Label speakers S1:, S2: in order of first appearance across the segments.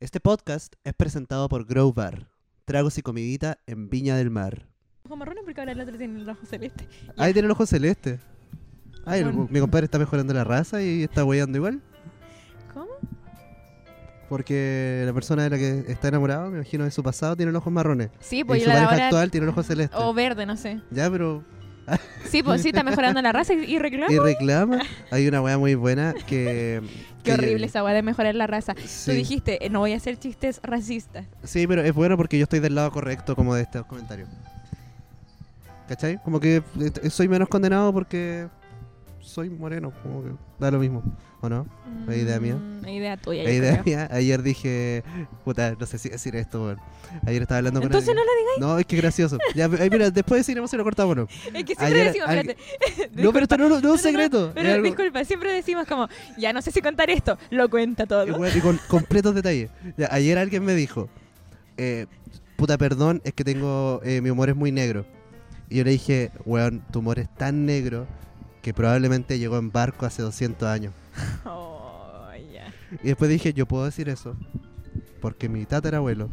S1: Este podcast es presentado por Grow Bar, tragos y comidita en Viña del Mar.
S2: Ojo marrón porque ahora el otro tiene el ojo celeste.
S1: Ahí tiene el ojo celeste. Ay, el-
S2: Bueno.
S1: mi compadre está mejorando la raza y está weyando igual.
S2: ¿Cómo?
S1: Porque la persona de la que está enamorado, me imagino, de su pasado tiene los ojos marrones.
S2: Sí,
S1: y
S2: pues
S1: su
S2: yo la
S1: pareja
S2: ahora...
S1: actual este. tiene los ojos celestes.
S2: O verde, no sé.
S1: Ya, pero
S2: Sí, pues sí, está mejorando la raza y, y reclamo.
S1: y reclama. Hay una weá muy buena que.
S2: Qué
S1: que-
S2: horrible esa weá de mejorar la raza. Tú
S1: Sí,
S2: dijiste, eh, no voy a hacer chistes racistas.
S1: sí, pero es bueno porque yo estoy del lado correcto como de estos comentarios. ¿Cachai? Como que eh, soy menos condenado porque soy moreno. Como que da lo mismo, ¿o no? ¿Es idea mía?
S2: Mm, es idea tuya. yo
S1: La idea
S2: creo.
S1: mía, ayer dije, puta, no sé si decir esto, weón. Ayer estaba hablando con
S2: Entonces no
S1: alguien.
S2: lo digas.
S1: No, es que es gracioso. Ya, eh, mira, después deciremos si lo cortamos o no.
S2: Es que siempre
S1: Ayer
S2: decimos,
S1: alguien-
S2: espérate.
S1: No, pero esto no, no- no es un secreto.
S2: pero
S1: es algo-
S2: disculpa, siempre decimos como, ya no sé si contar esto. Lo cuenta todo.
S1: eh, weón, y con completos detalles. Ya, ayer alguien me dijo, eh, puta, perdón, es que tengo, eh, mi humor es muy negro. Y yo le dije, weón, tu humor es tan negro que probablemente llegó en barco hace 200 años.
S2: Oh, ya.
S1: Y después dije, yo puedo decir eso porque mi tatarabuelo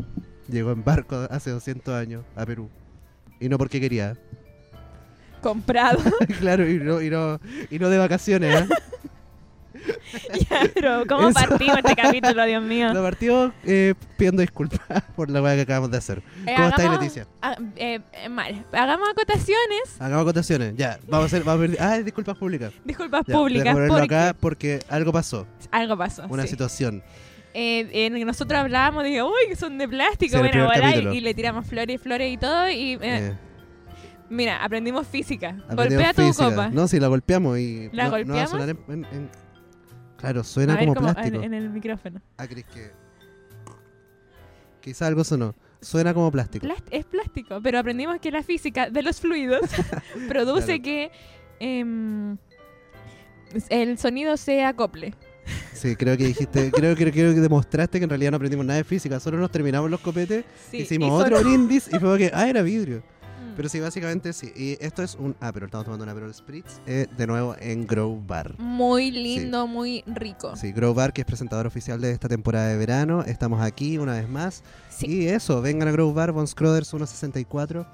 S1: llegó en barco hace 200 años a Perú. Y no porque quería.
S2: Comprado.
S1: claro, y no, y no, y no de vacaciones, ¿eh?
S2: ya, pero ¿cómo
S1: Eso.
S2: partimos este capítulo, Dios mío?
S1: Lo partió eh, pidiendo disculpas por la weá que acabamos de hacer.
S2: Eh,
S1: ¿Cómo estáis,
S2: hagamos-
S1: Leticia?
S2: ah, eh, eh, mal. Hagamos acotaciones,
S1: Hagamos acotaciones, ya. Vamos a hacer, vamos a ver- Ah, disculpas públicas.
S2: disculpas
S1: Ya,
S2: públicas,
S1: ponerlo
S2: porque
S1: acá porque algo pasó,
S2: algo pasó.
S1: una
S2: sí.
S1: situación.
S2: Eh, en que nosotros hablábamos, dije, uy, son de plástico,
S1: Sí, en el
S2: bueno,
S1: primer
S2: volá", y,
S1: capítulo.
S2: y le tiramos flores, flores y todo, y eh,
S1: Eh,
S2: mira, aprendimos física.
S1: aprendimos
S2: Golpea tu
S1: física.
S2: copa.
S1: No, sí, la golpeamos y no, no
S2: ¿La
S1: va a
S2: golpeamos?
S1: sonar en- en- en- Claro,
S2: A
S1: suena
S2: ver,
S1: como
S2: como
S1: plástico.
S2: en, en el micrófono.
S1: Ah, crees que. Quizá algo sonó. Suena como plástico.
S2: Plast- es plástico, pero aprendimos que la física de los fluidos
S1: Claro.
S2: produce que em, el sonido se acople.
S1: Sí, creo que dijiste, creo, creo, creo que demostraste que en realidad no aprendimos nada de física, solo nos terminamos los copetes,
S2: Sí,
S1: hicimos
S2: y
S1: otro
S2: sonó-
S1: brindis y fue que, ah, era vidrio.
S2: Mm.
S1: Pero sí, básicamente sí. Y esto es un ah, pero estamos tomando una Aperol Spritz eh, de nuevo en Grow Bar.
S2: Muy lindo, muy rico.
S1: Sí, Grow Bar, que es presentador oficial de esta temporada de verano. Estamos aquí una vez más.
S2: Sí.
S1: Y eso, vengan a Grow Bar, Von Scrothers 164.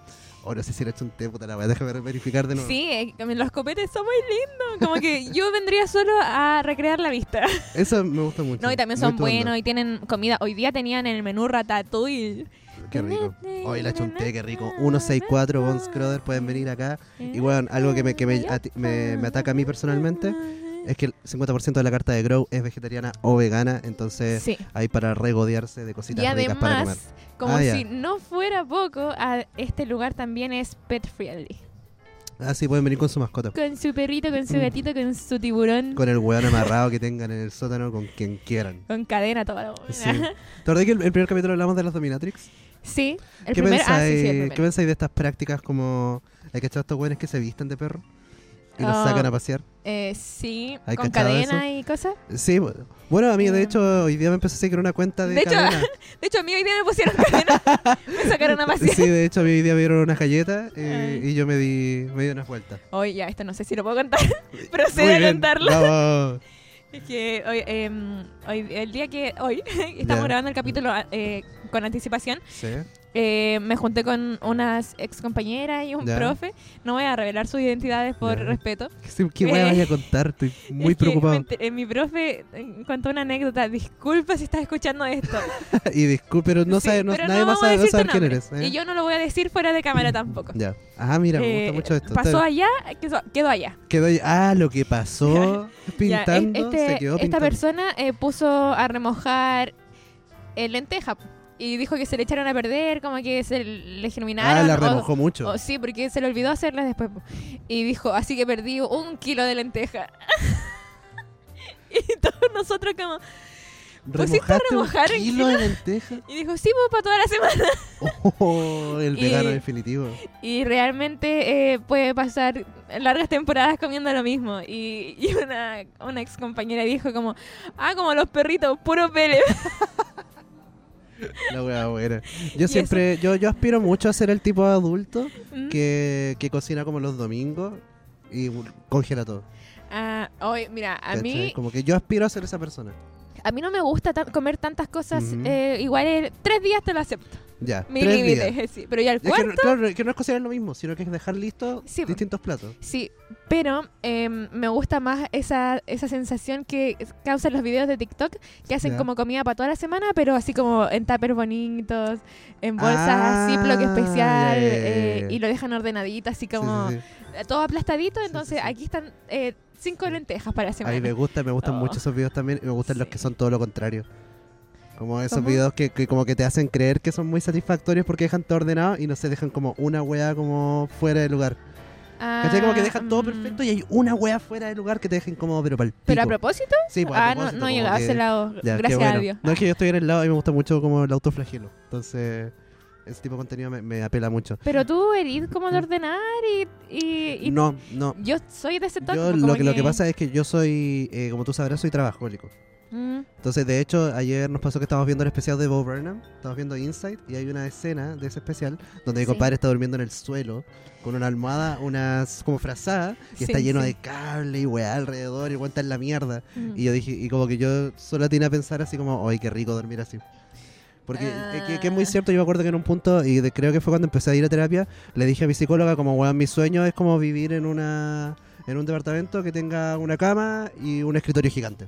S1: O no sé si le he hecho un té, puta la voy a dejar verificar de nuevo.
S2: Sí, eh, que los copetes son muy lindos. Como que yo vendría solo a recrear la vista.
S1: Eso me gusta mucho.
S2: No, y también
S1: Muy
S2: son
S1: tu onda.
S2: buenos y tienen comida. Hoy día tenían en el menú ratatouille.
S1: Qué rico. Hoy la chunté, qué rico. 164 Von Scroder, pueden venir acá. Y bueno, algo que, me, que me, ati- me- me ataca a mí personalmente es que el 50% de la carta de Grow es vegetariana o vegana, entonces
S2: Sí.
S1: hay para regodearse de cositas
S2: Y
S1: ricas para comer.
S2: además, como
S1: Ah, ya.
S2: si no fuera poco, a este lugar también es pet friendly.
S1: Así Ah, pueden venir con su mascota.
S2: Con su perrito, con su gatito, con su tiburón, con,
S1: Mm. Con el hueón amarrado que tengan en el sótano, con quien quieran.
S2: cadena toda la buena.
S1: Sí.
S2: Sí.
S1: ¿Te acordás que el, el primer capítulo hablamos de las Dominatrix?
S2: El
S1: ¿Qué,
S2: primer, ah,
S1: pensáis,
S2: sí, sí, el
S1: ¿Qué
S2: primero.
S1: pensáis de estas prácticas como... Hay que echar estos hueones que se visten de perro y los
S2: Ah.
S1: sacan a pasear?
S2: Eh, sí,
S1: ¿Hay
S2: con
S1: cachado eso?
S2: cadena y cosas.
S1: Sí, bu- bueno, a mí de
S2: Eh.
S1: hecho hoy día me empezó a seguir una cuenta de,
S2: De hecho,
S1: cadena.
S2: De hecho, a mí hoy día me pusieron cadena. me sacaron a pasear.
S1: Sí, de hecho hoy día me dieron unas galletas eh,
S2: Ay.
S1: y yo me di, me di unas vueltas.
S2: Hoy ya, esto no sé si lo puedo contar.
S1: Muy
S2: Procede a
S1: bien,
S2: contarlo.
S1: bravo.
S2: Es que hoy, em, hoy- el día que hoy estamos
S1: Ya.
S2: grabando el capítulo eh, con anticipación,
S1: Sí.
S2: eh, me junté con unas ex compañeras y un
S1: Ya.
S2: profe. No voy a revelar sus identidades por
S1: Ya.
S2: respeto.
S1: Sí, ¿Qué wea
S2: Eh.
S1: vaya a contar? Estoy muy
S2: Es que me
S1: preocupado.
S2: enter- eh, mi profe eh, contó una anécdota. Disculpa si estás escuchando esto.
S1: y disculpe, pero no
S2: Sí,
S1: sabe, no-
S2: pero
S1: nadie
S2: no
S1: más
S2: vamos a
S1: sabe, va a
S2: decir tu
S1: saber quién
S2: nombre.
S1: eres. ¿eh?
S2: Y yo no lo voy a decir fuera de cámara tampoco.
S1: Ya. Ah, mira, me
S2: Eh,
S1: gusta mucho esto.
S2: Pasó
S1: Está-
S2: allá, quedó, quedó allá.
S1: quedó ahí- ah, lo que pasó
S2: Ya, es-
S1: pintando,
S2: este-
S1: se quedó
S2: Esta
S1: pintando.
S2: persona eh, puso a remojar eh, lenteja y dijo que se le echaron a perder, como que se le germinaron.
S1: ah, la
S2: o-
S1: remojó mucho.
S2: o sí, porque se le olvidó hacerlas después. po. Y dijo, así que perdí un kilo de lenteja. y todos nosotros como... pusiste a
S1: ¿Remojaste un
S2: remojar el
S1: kilo de lenteja?
S2: Y dijo, sí, pues para toda la semana.
S1: Oh, el
S2: Y-
S1: vegano definitivo.
S2: Y realmente eh, puede pasar largas temporadas comiendo lo mismo. Y, y una, una ex compañera dijo como, ah, como los perritos, puro pele.
S1: La wea buena. Yo siempre, yo, yo aspiro mucho a ser el tipo de adulto
S2: Mm.
S1: que, que cocina como los domingos y u- congela todo.
S2: Ah, hoy, mira, a
S1: ¿cachai?
S2: mí,
S1: Como que yo aspiro a ser esa persona.
S2: a mí no me gusta tan- comer tantas cosas
S1: Ujú.
S2: eh, iguales. Tres días te lo acepto.
S1: Ya,
S2: Mi
S1: tres
S2: límite,
S1: días.
S2: es sí. Pero ya el
S1: Es que,
S2: cuarto.
S1: no- claro, que no es cocinar lo mismo, sino que es dejar listos
S2: Sí, po.
S1: distintos platos.
S2: Sí, pero em, me gusta más esa, esa sensación que causan los videos de TikTok que hacen
S1: Ya.
S2: como comida para toda la semana, pero así como en tuppers bonitos, en bolsas
S1: Ah,
S2: así, bloque especial,
S1: ya, ya, ya,
S2: eh,
S1: ya, ya.
S2: y lo dejan ordenadito, así
S1: Sí,
S2: como
S1: sí, sí.
S2: todo aplastadito.
S1: sí,
S2: Entonces
S1: sí.
S2: aquí están eh, cinco lentejas para la
S1: A mí
S2: semana.
S1: me gusta, me gustan
S2: Oh.
S1: mucho esos videos también. Y me gustan los
S2: Sí.
S1: que son todo lo contrario. Como esos
S2: ¿Cómo?
S1: videos que, que como que te hacen creer que son muy satisfactorios porque dejan todo ordenado y no se dejan como una hueá como fuera de lugar. ¿Cachai? Como que dejan todo
S2: Ah,
S1: perfecto
S2: mm.
S1: y hay una hueá fuera de lugar que te deja incómodo, pero para el
S2: ¿Pero a propósito?
S1: Sí, pues, a
S2: ah, no,
S1: propósito,
S2: no
S1: como
S2: llegaba a
S1: que-
S2: ese lado,
S1: Ya, qué
S2: gracias a
S1: bueno.
S2: Dios.
S1: No es que yo estoy en el lado y me gusta mucho como el autoflagelo. Entonces, ese tipo de contenido me, me apela mucho.
S2: Pero tú herís como de ordenar y... y, y
S1: No, no.
S2: Yo soy de ese toque. pues,
S1: Yo,
S2: como
S1: lo, que, lo
S2: que-
S1: que pasa es que yo soy, eh, como tú sabrás, soy trabajólico.
S2: Mm.
S1: Entonces, de hecho, ayer nos pasó que estábamos viendo el especial de Bo Burnham, estábamos viendo Inside, y hay una escena de ese especial donde mi
S2: Sí.
S1: compadre está durmiendo en el suelo con una almohada, unas como frazada, y
S2: Sí,
S1: está lleno
S2: sí.
S1: de cable y weá alrededor, y aguanta en la mierda.
S2: Mm.
S1: Y yo dije, y como que yo solo tenía a pensar así como, ¡ay, qué rico dormir así! Porque eh, que, que es muy
S2: Ah.
S1: cierto, yo me acuerdo que en un punto, y de- creo que fue cuando empecé a ir a terapia, le dije a mi psicóloga como, weón, mi sueño es como vivir en una en un departamento que tenga una cama y un escritorio gigante.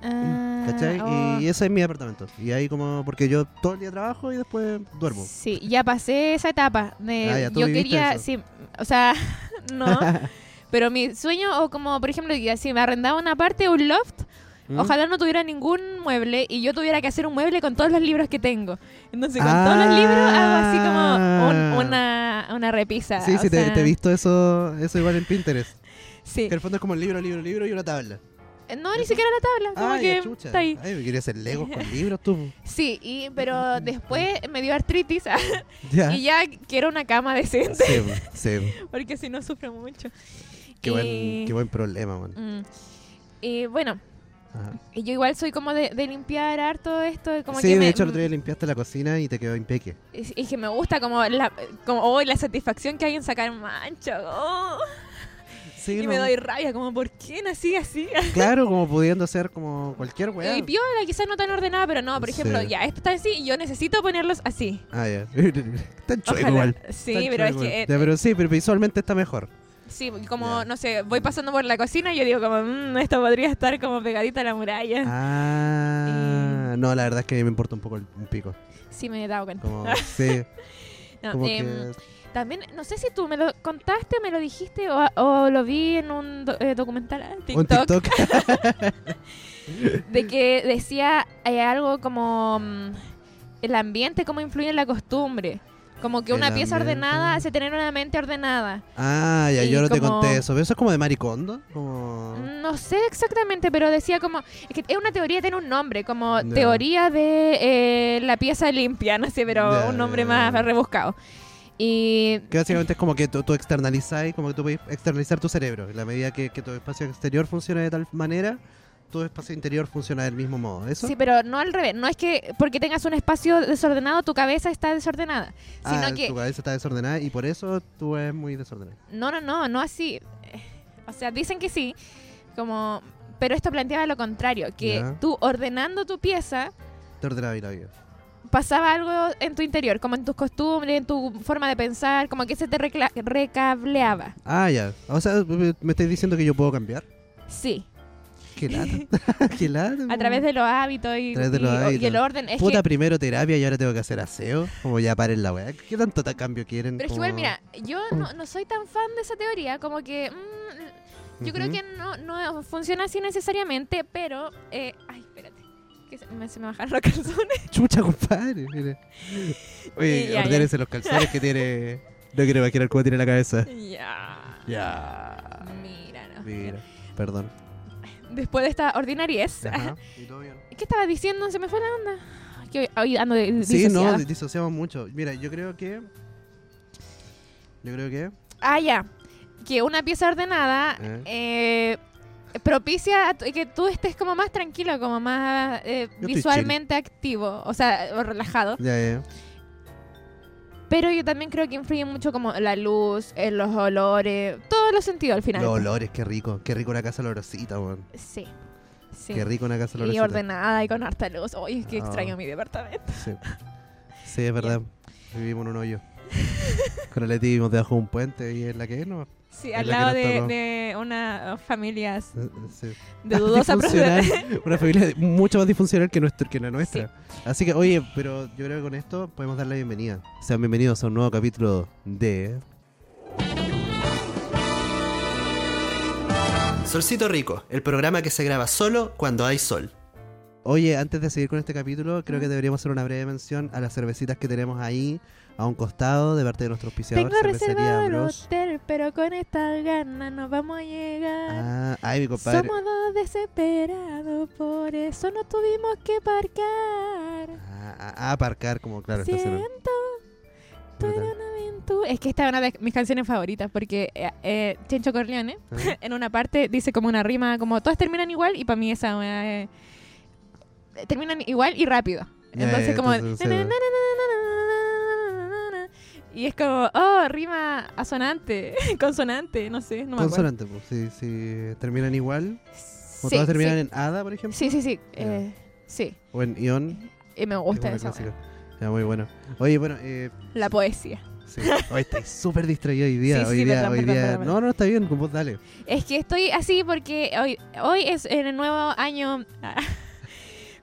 S2: Ah,
S1: ¿Cachai?
S2: oh.
S1: Y ese es mi apartamento. Y ahí como, porque yo todo el día trabajo y después duermo.
S2: Sí, ya pasé esa etapa. de-
S1: Ah, ya, tú
S2: yo
S1: viviste
S2: quería,
S1: eso.
S2: sí, o sea, no. pero mi sueño, o como por ejemplo, ya, si me arrendaba una parte, un loft,
S1: ¿Mm?
S2: ojalá no tuviera ningún mueble y yo tuviera que hacer un mueble con todos los libros que tengo. Entonces, con todos los libros hago así como un- una, una repisa.
S1: Ah. Sí,
S2: o
S1: sí, te,
S2: sea,
S1: te he visto eso, eso igual en Pinterest.
S2: Sí.
S1: Que el fondo es como el libro, libro, libro y una tabla.
S2: No, ni siquiera la tabla, como
S1: Ay,
S2: que
S1: la Ah, chucha.
S2: está ahí.
S1: Ay, me quería hacer legos con libros tú.
S2: Sí, y, pero después me dio artritis ah,
S1: Ya.
S2: y ya quiero una cama decente.
S1: Sí, bo, sí, bo.
S2: porque si no sufro mucho.
S1: Qué,
S2: y,
S1: buen, qué buen problema, man.
S2: mm, y bueno,
S1: Ajá.
S2: y yo igual soy como de, de limpiar harto esto, y como
S1: Sí,
S2: que
S1: de
S2: me, mm.
S1: hecho, el otro día limpiaste la cocina y te quedó impeque.
S2: es, es que me gusta como la como hoy la satisfacción que hay en sacar mancha. oh,
S1: Sí,
S2: y
S1: no.
S2: me doy rabia como por qué nací así.
S1: Claro, como pudiendo ser como cualquier weá.
S2: Y piola, quizás no tan ordenada, pero no, por
S1: Sí.
S2: ejemplo, ya esto está así y yo necesito ponerlos así.
S1: Ah, ya. Tan chueco
S2: Ojalá.
S1: igual.
S2: Sí,
S1: Tan
S2: pero es
S1: chueco.
S2: que eh,
S1: Ya, pero sí, pero visualmente está mejor.
S2: sí, como
S1: Ya.
S2: no sé, voy pasando por la cocina y yo digo como "Mm, esto podría estar como pegadita a la muralla.
S1: Ah, no, la verdad es que me importa un poco el un pico.
S2: Sí me he dado cuenta.
S1: Como, sí,
S2: No,
S1: como
S2: em,
S1: que.
S2: También, no sé si tú me lo contaste, me lo dijiste o, o lo vi en un do- eh, documental ah,
S1: Un
S2: TikTok,
S1: TikTok.
S2: de que decía eh, algo como mm, el ambiente, cómo influye en la costumbre. Como que
S1: El
S2: una pieza
S1: ambiente.
S2: ordenada hace tener una mente ordenada.
S1: Ah, ya,
S2: Y
S1: yo no te
S2: como- Mm.
S1: conté eso. Pero eso es como de maricondo. Como.
S2: No sé exactamente, pero decía como... Es que es una teoría, tiene un nombre, como
S1: Ya.
S2: teoría de eh, la pieza limpia, no sé, pero
S1: Ya,
S2: un
S1: ya,
S2: nombre
S1: ya,
S2: más,
S1: ya.
S2: más rebuscado. Y
S1: Que básicamente es como que tú, tú externalizas, como que tú puedes externalizar tu cerebro. En la medida que, que tu espacio exterior funciona de tal manera, tu espacio interior funciona del mismo modo. ¿Eso?
S2: Sí, pero no al revés. No es que porque tengas un espacio desordenado, tu cabeza está desordenada.
S1: ah,
S2: Sino
S1: tu
S2: que.
S1: cabeza está desordenada y por eso tú eres muy desordenada.
S2: No, no, no, no así. Eh, O sea, dicen que sí. Como. Pero esto planteaba lo contrario, que
S1: Ya.
S2: tú ordenando tu pieza
S1: Te ordenaba y la vida.
S2: pasaba algo en tu interior, como en tus costumbres, en tu forma de pensar, como que se te recla- recableaba.
S1: Ah, ya. O sea, me me estás diciendo que yo puedo cambiar.
S2: Sí,
S1: Qué lata. Qué lata.
S2: a través de los hábitos
S1: A
S2: y,
S1: través de
S2: y-
S1: los
S2: y
S1: hábitos.
S2: el orden. Es
S1: Puta,
S2: que,
S1: primero terapia y ahora tengo que hacer aseo. Como ya paren la weá. ¿Qué tanto ta- cambio quieren?
S2: pero es que
S1: Como-
S2: igual, mira, yo no, no soy tan fan de esa teoría, como que... mm, Yo creo
S1: Ujú.
S2: que no, no funciona así necesariamente, pero... eh, ay, espérate. Que se me, se me bajaron los calzones.
S1: Chucha, compadre. Mira. Oye,
S2: Y ya,
S1: ordénense los calzones que tiene. No quiero imaginar cómo tiene la cabeza.
S2: ya.
S1: Ya.
S2: Mira, no.
S1: Mira. Perdón.
S2: Después de esta ordinariez.
S1: Ajá.
S2: ¿Qué estaba diciendo? Se me fue la onda. Que hoy- hoy ando de,
S1: Sí, no,
S2: disociada.
S1: di- disociamos mucho. Mira, yo creo que. Yo creo que.
S2: Ah, ya. Que una pieza ordenada eh, propicia a tu- que tú estés como más tranquilo, como más eh,
S1: estoy chill.
S2: visualmente activo, o sea, o relajado.
S1: Ya, ya.
S2: Pero yo también creo que influye mucho como la luz, eh, los olores, todos los sentidos al final.
S1: Los olores, qué rico. Qué rico una casa olorosita, weón.
S2: Sí. Sí.
S1: Qué rico una casa de la
S2: Y
S1: Rosita.
S2: ordenada y con harta luz. Oye, es que
S1: Ah.
S2: extraño mi departamento.
S1: Sí. Sí, es verdad. Vivimos en un hoyo. Con el Leti vivimos debajo de un puente y es la que es, ¿no?
S2: Sí,
S1: Es la
S2: al
S1: que
S2: lado
S1: nos
S2: de,
S1: tocó.
S2: de una eh, familias
S1: Sí.
S2: de dudosa procedencia.
S1: Disfuncional, Una familia mucho más disfuncional que, nuestro, que la nuestra. Así que, oye, pero yo creo que con esto podemos dar la bienvenida. Sean bienvenidos a un nuevo capítulo de... Solcito Rico, el programa que se graba solo cuando hay sol. Oye, antes de seguir con este capítulo, creo que deberíamos hacer una breve mención a las cervecitas que tenemos ahí, a un costado, de parte de nuestro auspiciador,
S2: Tengo reservado el
S1: Bros.
S2: hotel, pero con esta gana no vamos a llegar.
S1: Ah, ay, mi compadre.
S2: Somos dos desesperados, por eso no tuvimos que parcar.
S1: Ah, ah, ah, aparcar, como claro. estacionar.
S2: Siento, tú eres una aventura. Es que esta es una de mis canciones favoritas porque eh, eh, Chencho Corleone
S1: Ajá.
S2: en una parte dice como una rima, como todas terminan igual y para mí esa weá, eh, terminan igual y rápido.
S1: Ya,
S2: Entonces
S1: ya,
S2: como
S1: Eh, entonces,
S2: na,
S1: sí.
S2: na, na, na, na, na, na, na, na, na. y es como oh rima asonante, consonante, no sé, no me acuerdo.
S1: Consonante, pues, si, si terminan igual, como
S2: Sí,
S1: todas terminan
S2: sí.
S1: en ADA, por ejemplo,
S2: Sí, sí, sí. eh, sí.
S1: o en ION,
S2: Y me
S1: es
S2: gusta
S1: una
S2: esa
S1: clásica.
S2: weá,
S1: Ya, muy bueno. Oye, bueno, eh,
S2: la poesía.
S1: sí. Hoy estoy súper distraído hoy día,
S2: Sí, sí,
S1: hoy
S2: sí,
S1: día,
S2: perdón,
S1: hoy
S2: perdón,
S1: día.
S2: perdón,
S1: No,
S2: perdón.
S1: no, está bien, con vos dale.
S2: Es que estoy así porque hoy, hoy es en el nuevo año. ah,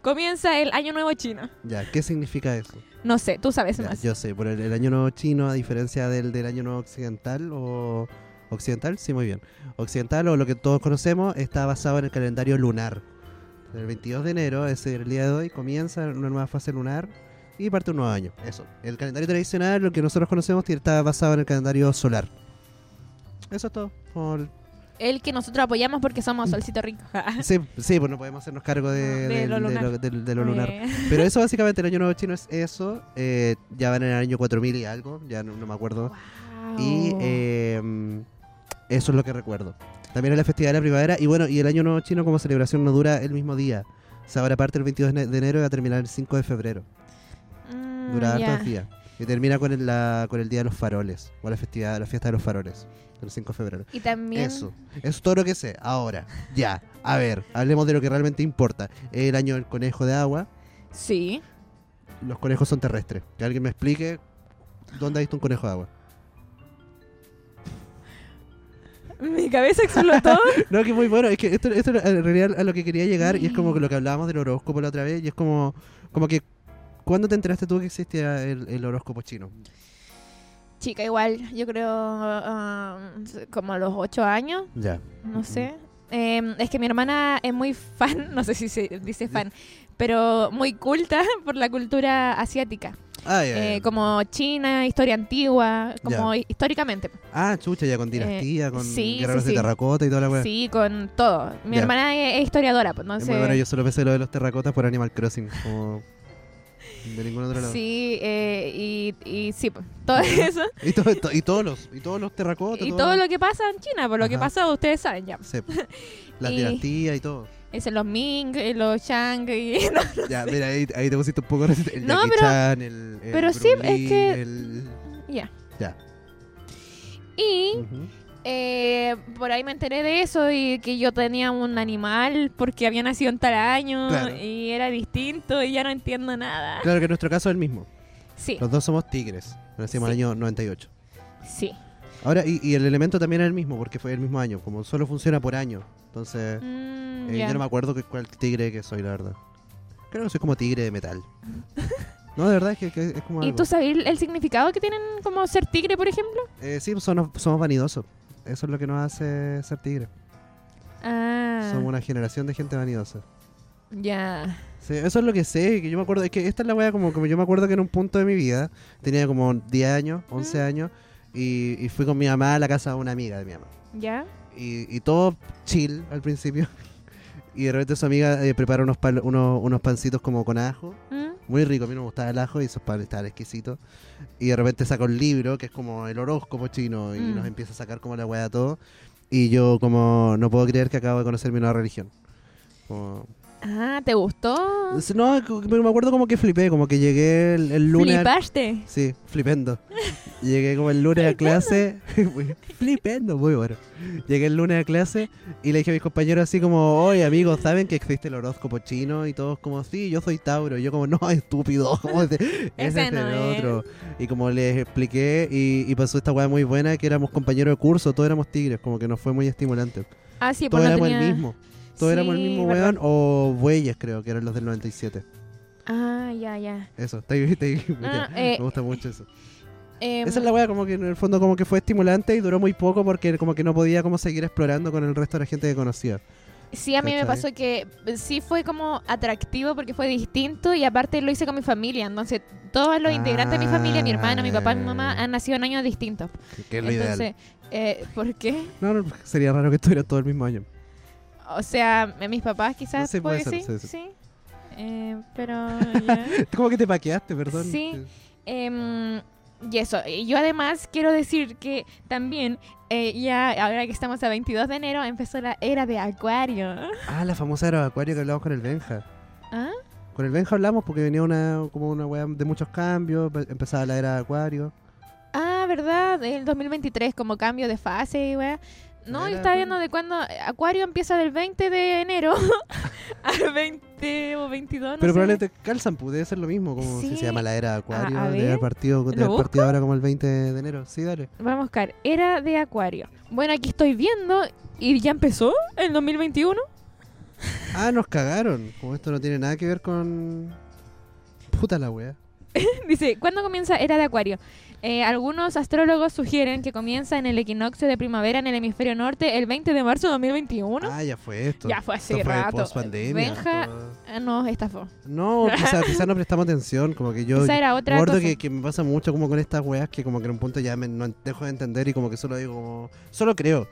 S2: comienza el año nuevo chino.
S1: Ya, ¿qué significa eso?
S2: No sé, tú sabes
S1: Ya,
S2: más.
S1: yo sé, por el, el año nuevo chino, a diferencia del, del año nuevo occidental o... Occidental, sí, muy bien. Occidental o lo que todos conocemos está basado en el calendario lunar. El 22 de enero, es el día de hoy, comienza una nueva fase lunar y parte un nuevo año. Eso. El calendario tradicional, lo que nosotros conocemos, tiene- está basado en el calendario solar. Eso es todo. Por-
S2: El que nosotros apoyamos porque somos Solcito Rico.
S1: Sí, sí, pues no podemos hacernos cargo de,
S2: No, de
S1: del-
S2: lo
S1: de
S2: lunar.
S1: lo- del- de lo lunar.
S2: Eh,
S1: Pero eso básicamente el año nuevo chino es eso. eh, ya van en el año 4000 y algo, ya no, no me acuerdo.
S2: guau.
S1: Y eh, eso es lo que recuerdo. También es la festividad de la primavera y bueno, y el año nuevo chino como celebración no dura el mismo día. O sea, ahora parte el 22 de ene- de enero y va a terminar el 5 de febrero.
S2: Mm,
S1: Dura
S2: ya.
S1: hartos días. Y termina con el, la- con el Día de los Faroles, o la festividad, la fiesta de los faroles, el 5 de febrero.
S2: Y también.
S1: Eso, eso es todo lo que sé. Ahora, ya, a ver, hablemos de lo que realmente importa. El año del conejo de agua,
S2: Sí.
S1: los conejos son terrestres. Que alguien me explique dónde ha visto un conejo de agua.
S2: Mi cabeza explotó.
S1: No, que muy bueno. Es que esto, esto era en realidad a lo que quería llegar y es
S2: Mm.
S1: como que lo que hablábamos del horóscopo la otra vez y es como, como que... ¿Cuándo te enteraste tú que existía el, el horóscopo chino?
S2: Chica, igual, yo creo ah, como a los ocho años.
S1: Ya.
S2: No
S1: Ujú.
S2: sé. Eh, es que mi hermana es muy fan, no sé si se dice fan, pero muy culta por la cultura asiática.
S1: Ah, ya,
S2: Eh,
S1: ya.
S2: como China, historia antigua, como hi- históricamente.
S1: Ah, chucha, ya con dinastía, con
S2: Eh, sí,
S1: guerreros
S2: sí,
S1: de
S2: sí.
S1: terracota y toda la weá.
S2: Sí, con todo.
S1: Ah,
S2: Mi
S1: Ya.
S2: hermana es, es historiadora, pues,
S1: Es
S2: entonces...
S1: muy bueno, yo solo pensé lo de los terracotas por Animal Crossing, como de ningún otro lado.
S2: Sí, eh, y, y sí, pues, todo eso.
S1: Y, todo esto- y todos los, y todos los terracotas.
S2: Y todo lo que pasa en China, por lo que
S1: Ajá.
S2: pasa ustedes saben ya.
S1: Sí. Las
S2: Y-
S1: dinastías y todo.
S2: Es en los Ming, en los Shang, y no,
S1: Ya, mira, ahí, ahí te pusiste un poco resist- el
S2: No,
S1: Jackie
S2: pero-
S1: Chan, el, el
S2: pero sí,
S1: Bruce
S2: es
S1: Lee,
S2: que-
S1: el-
S2: ya.
S1: Ya.
S2: Y
S1: Ujú.
S2: Eh, por ahí me enteré de eso y que yo tenía un animal porque había nacido en tal año
S1: Claro.
S2: y era distinto y ya no entiendo nada.
S1: Claro que en nuestro caso es el mismo.
S2: Sí,
S1: Los dos somos tigres. Nacimos en el año 98.
S2: sí.
S1: Ahora, y, y el elemento también es el mismo, porque fue el mismo año. Como solo funciona por año. Entonces,
S2: Mm,
S1: eh,
S2: ya.
S1: yo no me acuerdo que, cuál tigre que soy, la verdad. Creo que soy como tigre de metal. No, de verdad es que, que es como
S2: ¿Y
S1: algo.
S2: tú sabes el significado que tienen como ser tigre, por ejemplo?
S1: Eh, sí, somos, somos vanidosos. Eso es lo que nos hace ser tigre.
S2: Ah,
S1: Somos una generación de gente vanidosa.
S2: ya.
S1: Sí, eso es lo que sé, que yo me acuerdo, es que esta es la wea como, como yo me acuerdo que en un punto de mi vida, tenía como 10 años, 11
S2: Mm.
S1: años, y, y fui con mi mamá a la casa de una amiga de mi mamá.
S2: ¿Ya?
S1: Y, y todo chill al principio. Y de repente su amiga eh, prepara unos, pal- unos, unos pancitos como con ajo,
S2: Mm,
S1: muy rico, a mí no me gustaba el ajo y esos panes estaban exquisitos. Y de repente saca un libro que es como el horóscopo chino y
S2: Mm.
S1: nos empieza a sacar como la wea de todo. Y yo como no puedo creer que acabo de conocer mi nueva religión. Como,
S2: Ah, ¿te gustó?
S1: Sí, No, cu- pero me acuerdo como que flipé, como que llegué el, el lunes.
S2: ¿Flipaste?
S1: Sí, flipendo. Llegué como el lunes a clase, muy- flipendo, muy bueno. Llegué el lunes a clase y le dije a mis compañeros así como, oye amigos, ¿saben que existe el horóscopo chino? Y todos como, sí, yo soy Tauro. Y yo como, no, estúpido, como ese, ese es
S2: no
S1: el
S2: es.
S1: otro. Y como les expliqué y, y pasó esta weá muy buena que éramos compañeros de curso, todos éramos tigres, como que nos fue muy estimulante.
S2: Ah, sí, por
S1: Todos
S2: no
S1: éramos
S2: tenía...
S1: el mismo. Todos éramos el
S2: Sí,
S1: mismo
S2: verdad.
S1: weón o bueyes creo que eran los del 97.
S2: Ah, ya, ya.
S1: Eso, está ahí, está ahí.
S2: Ah, eh,
S1: me gusta mucho eso.
S2: Em,
S1: Esa es la wea, como que en el fondo como que fue estimulante y duró muy poco porque como que no podía como seguir explorando con el resto de la gente que conocía.
S2: Sí, a mí me
S1: ¿Cachai?
S2: pasó que eh, sí fue como atractivo porque fue distinto y aparte lo hice con mi familia. Entonces, todos los integrantes de mi familia, mi hermano, mi papá, mi mamá,
S1: Ah.
S2: han nacido en años distintos.
S1: Que es lo ideal.
S2: Entonces, eh, ¿por qué?
S1: No, no, porque sería raro que estuviera todo el mismo año.
S2: O sea, eh, mis papás quizás.
S1: Sí,
S2: puede
S1: puede
S2: que sí,
S1: ser, sí, sí.
S2: sí. Eh, pero. ya.
S1: Como que te paqueaste, perdón.
S2: Sí. Em, y eso, y yo además quiero decir que también, eh, ya ahora que estamos a 22 de enero, empezó la era de Acuario.
S1: Ah, la famosa era acuario que hablamos con el Benja.
S2: ¿Ah?
S1: Con el Benja hablamos porque venía una como una wea de muchos cambios, pe- empezaba la era de acuario.
S2: Ah, ¿verdad? El 2023 como cambio de fase y weá. No, yo
S1: Era
S2: estaba
S1: Acuario.
S2: viendo de cuándo. Acuario empieza del 20 de enero al 20 o 22, no
S1: Pero
S2: sé.
S1: probablemente calzan, pues, debe ser lo mismo, como si
S2: Sí.
S1: se llama la era de acuario,
S2: a
S1: debe
S2: ver,
S1: haber partido, debe
S2: ¿lo
S1: haber partido ahora como el 20 de enero. Sí, dale.
S2: Vamos a buscar. Era de Acuario. Bueno, aquí estoy viendo y ya empezó el 2021.
S1: Ah, nos cagaron. Como esto no tiene nada que ver con. Puta la wea.
S2: Dice, ¿cuándo comienza Era de Acuario? Eh, algunos astrólogos sugieren que comienza en el equinoccio de primavera en el hemisferio norte el 20 de marzo de 2021.
S1: Ah, ya fue esto.
S2: ya fue hace
S1: Esto fue
S2: rato.
S1: post-pandemia,
S2: Benja
S1: todo.
S2: eh, nos estafó.
S1: No, quizás quizá no prestamos atención. Como que yo.
S2: Esa era otra
S1: Gordo
S2: cosa.
S1: Que, que me pasa mucho como con estas weas que como que en un punto ya me, no dejo de entender y como que solo digo como, solo creo,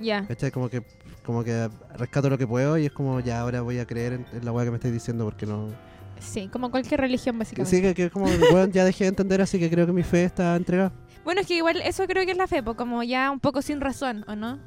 S2: Ya.
S1: ¿cachai? Como que, como que rescato lo que puedo y es como ya ahora voy a creer en, en la wea que me estáis diciendo porque no...
S2: Sí, como cualquier religión
S1: Que,
S2: básicamente.
S1: sí, que, que es como, weón, ya dejé de entender así que creo que mi fe está entregada.
S2: Bueno, es que igual eso creo que es la fe, po, como ya un poco sin razón, ¿o no?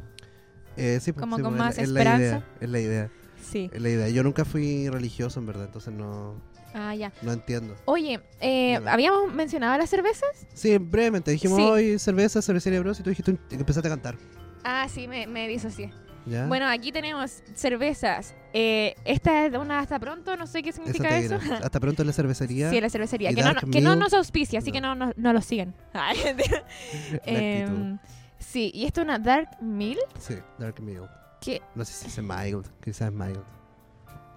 S1: Eh, sí, pues,
S2: Como
S1: sí,
S2: con
S1: pues,
S2: más
S1: es La
S2: esperanza.
S1: idea, es la idea.
S2: Sí.
S1: Es la idea. Yo nunca fui religioso, en verdad, entonces no,
S2: Ah, ya.
S1: no entiendo.
S2: Oye, eh,
S1: Dime.
S2: ¿habíamos mencionado las cervezas?
S1: Sí, brevemente, dijimos
S2: Sí.
S1: hoy cerveza, cervecería bros, y tú dijiste, un- empezaste a cantar.
S2: Ah, sí, me, me disocié.
S1: ¿Ya?
S2: Bueno, aquí tenemos cervezas. Eh, esta es una hasta pronto, no sé qué
S1: Esa
S2: significa
S1: te
S2: eso.
S1: diré. Hasta pronto en la cervecería.
S2: Sí, la cervecería.
S1: Y
S2: Que no,
S1: Dark
S2: que no
S1: Milk.
S2: nos auspicia, así
S1: No.
S2: que no, no, no lo siguen. Ay, mentira.
S1: la actitud.
S2: Em, sí, y esta es una Dark Mill.
S1: Sí, Dark Mild.
S2: ¿Qué?
S1: No sé si dice mild, quizás mild.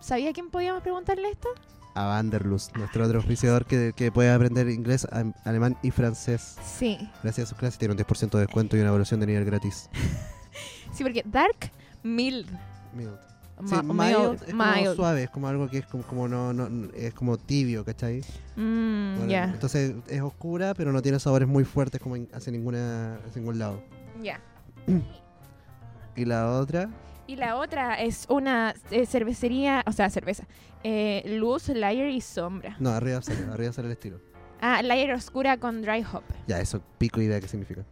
S2: ¿Sabía quién podíamos preguntarle esto?
S1: A Vanderlust, nuestro otro oficiador que, que puede aprender inglés, am- alemán y francés.
S2: Sí.
S1: Gracias a sus clases tiene un 10% de descuento y una evaluación de nivel gratis.
S2: Sí, porque Dark Mill.
S1: Mild. Sí,
S2: Ma-
S1: mild es como
S2: mild.
S1: suave, es como algo que es como, como no, no- no- es como tibio, ¿cachai?
S2: Mm,
S1: Bueno,
S2: ya.
S1: Entonces es oscura, pero no tiene sabores muy fuertes como en- hacia ninguna hacia ningún lado.
S2: Ya.
S1: Y la otra,
S2: Y la otra es una eh, cervecería, o sea, cerveza. Eh, luz, layer y sombra.
S1: no, arriba sale, arriba sale el estilo.
S2: Ah, layer oscura con dry hop.
S1: Ya, eso pico idea qué significa.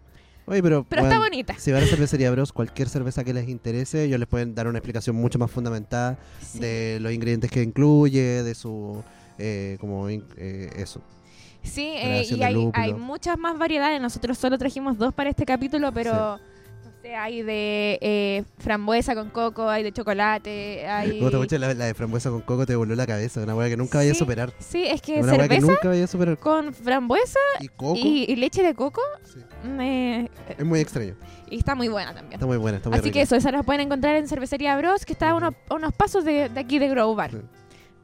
S1: Oye, pero,
S2: Pero
S1: bueno,
S2: está bonita.
S1: si van a cervecería Bros, cualquier cerveza que les interese, ellos les pueden dar una explicación mucho más fundamentada
S2: Sí.
S1: de los ingredientes que incluye, de su eh, como in- eh, eso.
S2: Sí, eh,
S1: Variación
S2: y
S1: de
S2: hay,
S1: lúpulo.
S2: hay muchas más variedades. Nosotros solo trajimos dos para este capítulo, pero no sé, hay de eh, frambuesa con coco, hay de chocolate, hay...
S1: Como te escuché la, la de frambuesa con coco te voló la cabeza, una hueá que nunca vaya a
S2: Sí.
S1: superar.
S2: Sí, es que
S1: Una hueá que
S2: cerveza
S1: nunca vaya a superar.
S2: con frambuesa
S1: Y coco.
S2: y, y leche de coco
S1: sí.
S2: mm, eh,
S1: Es muy extraño.
S2: y está muy buena también.
S1: Está muy buena, está muy
S2: Así
S1: rica.
S2: que eso, esas las pueden encontrar en Cervecería Bros, que está a unos, a unos pasos de, de aquí de Grow Bar.
S1: Sí.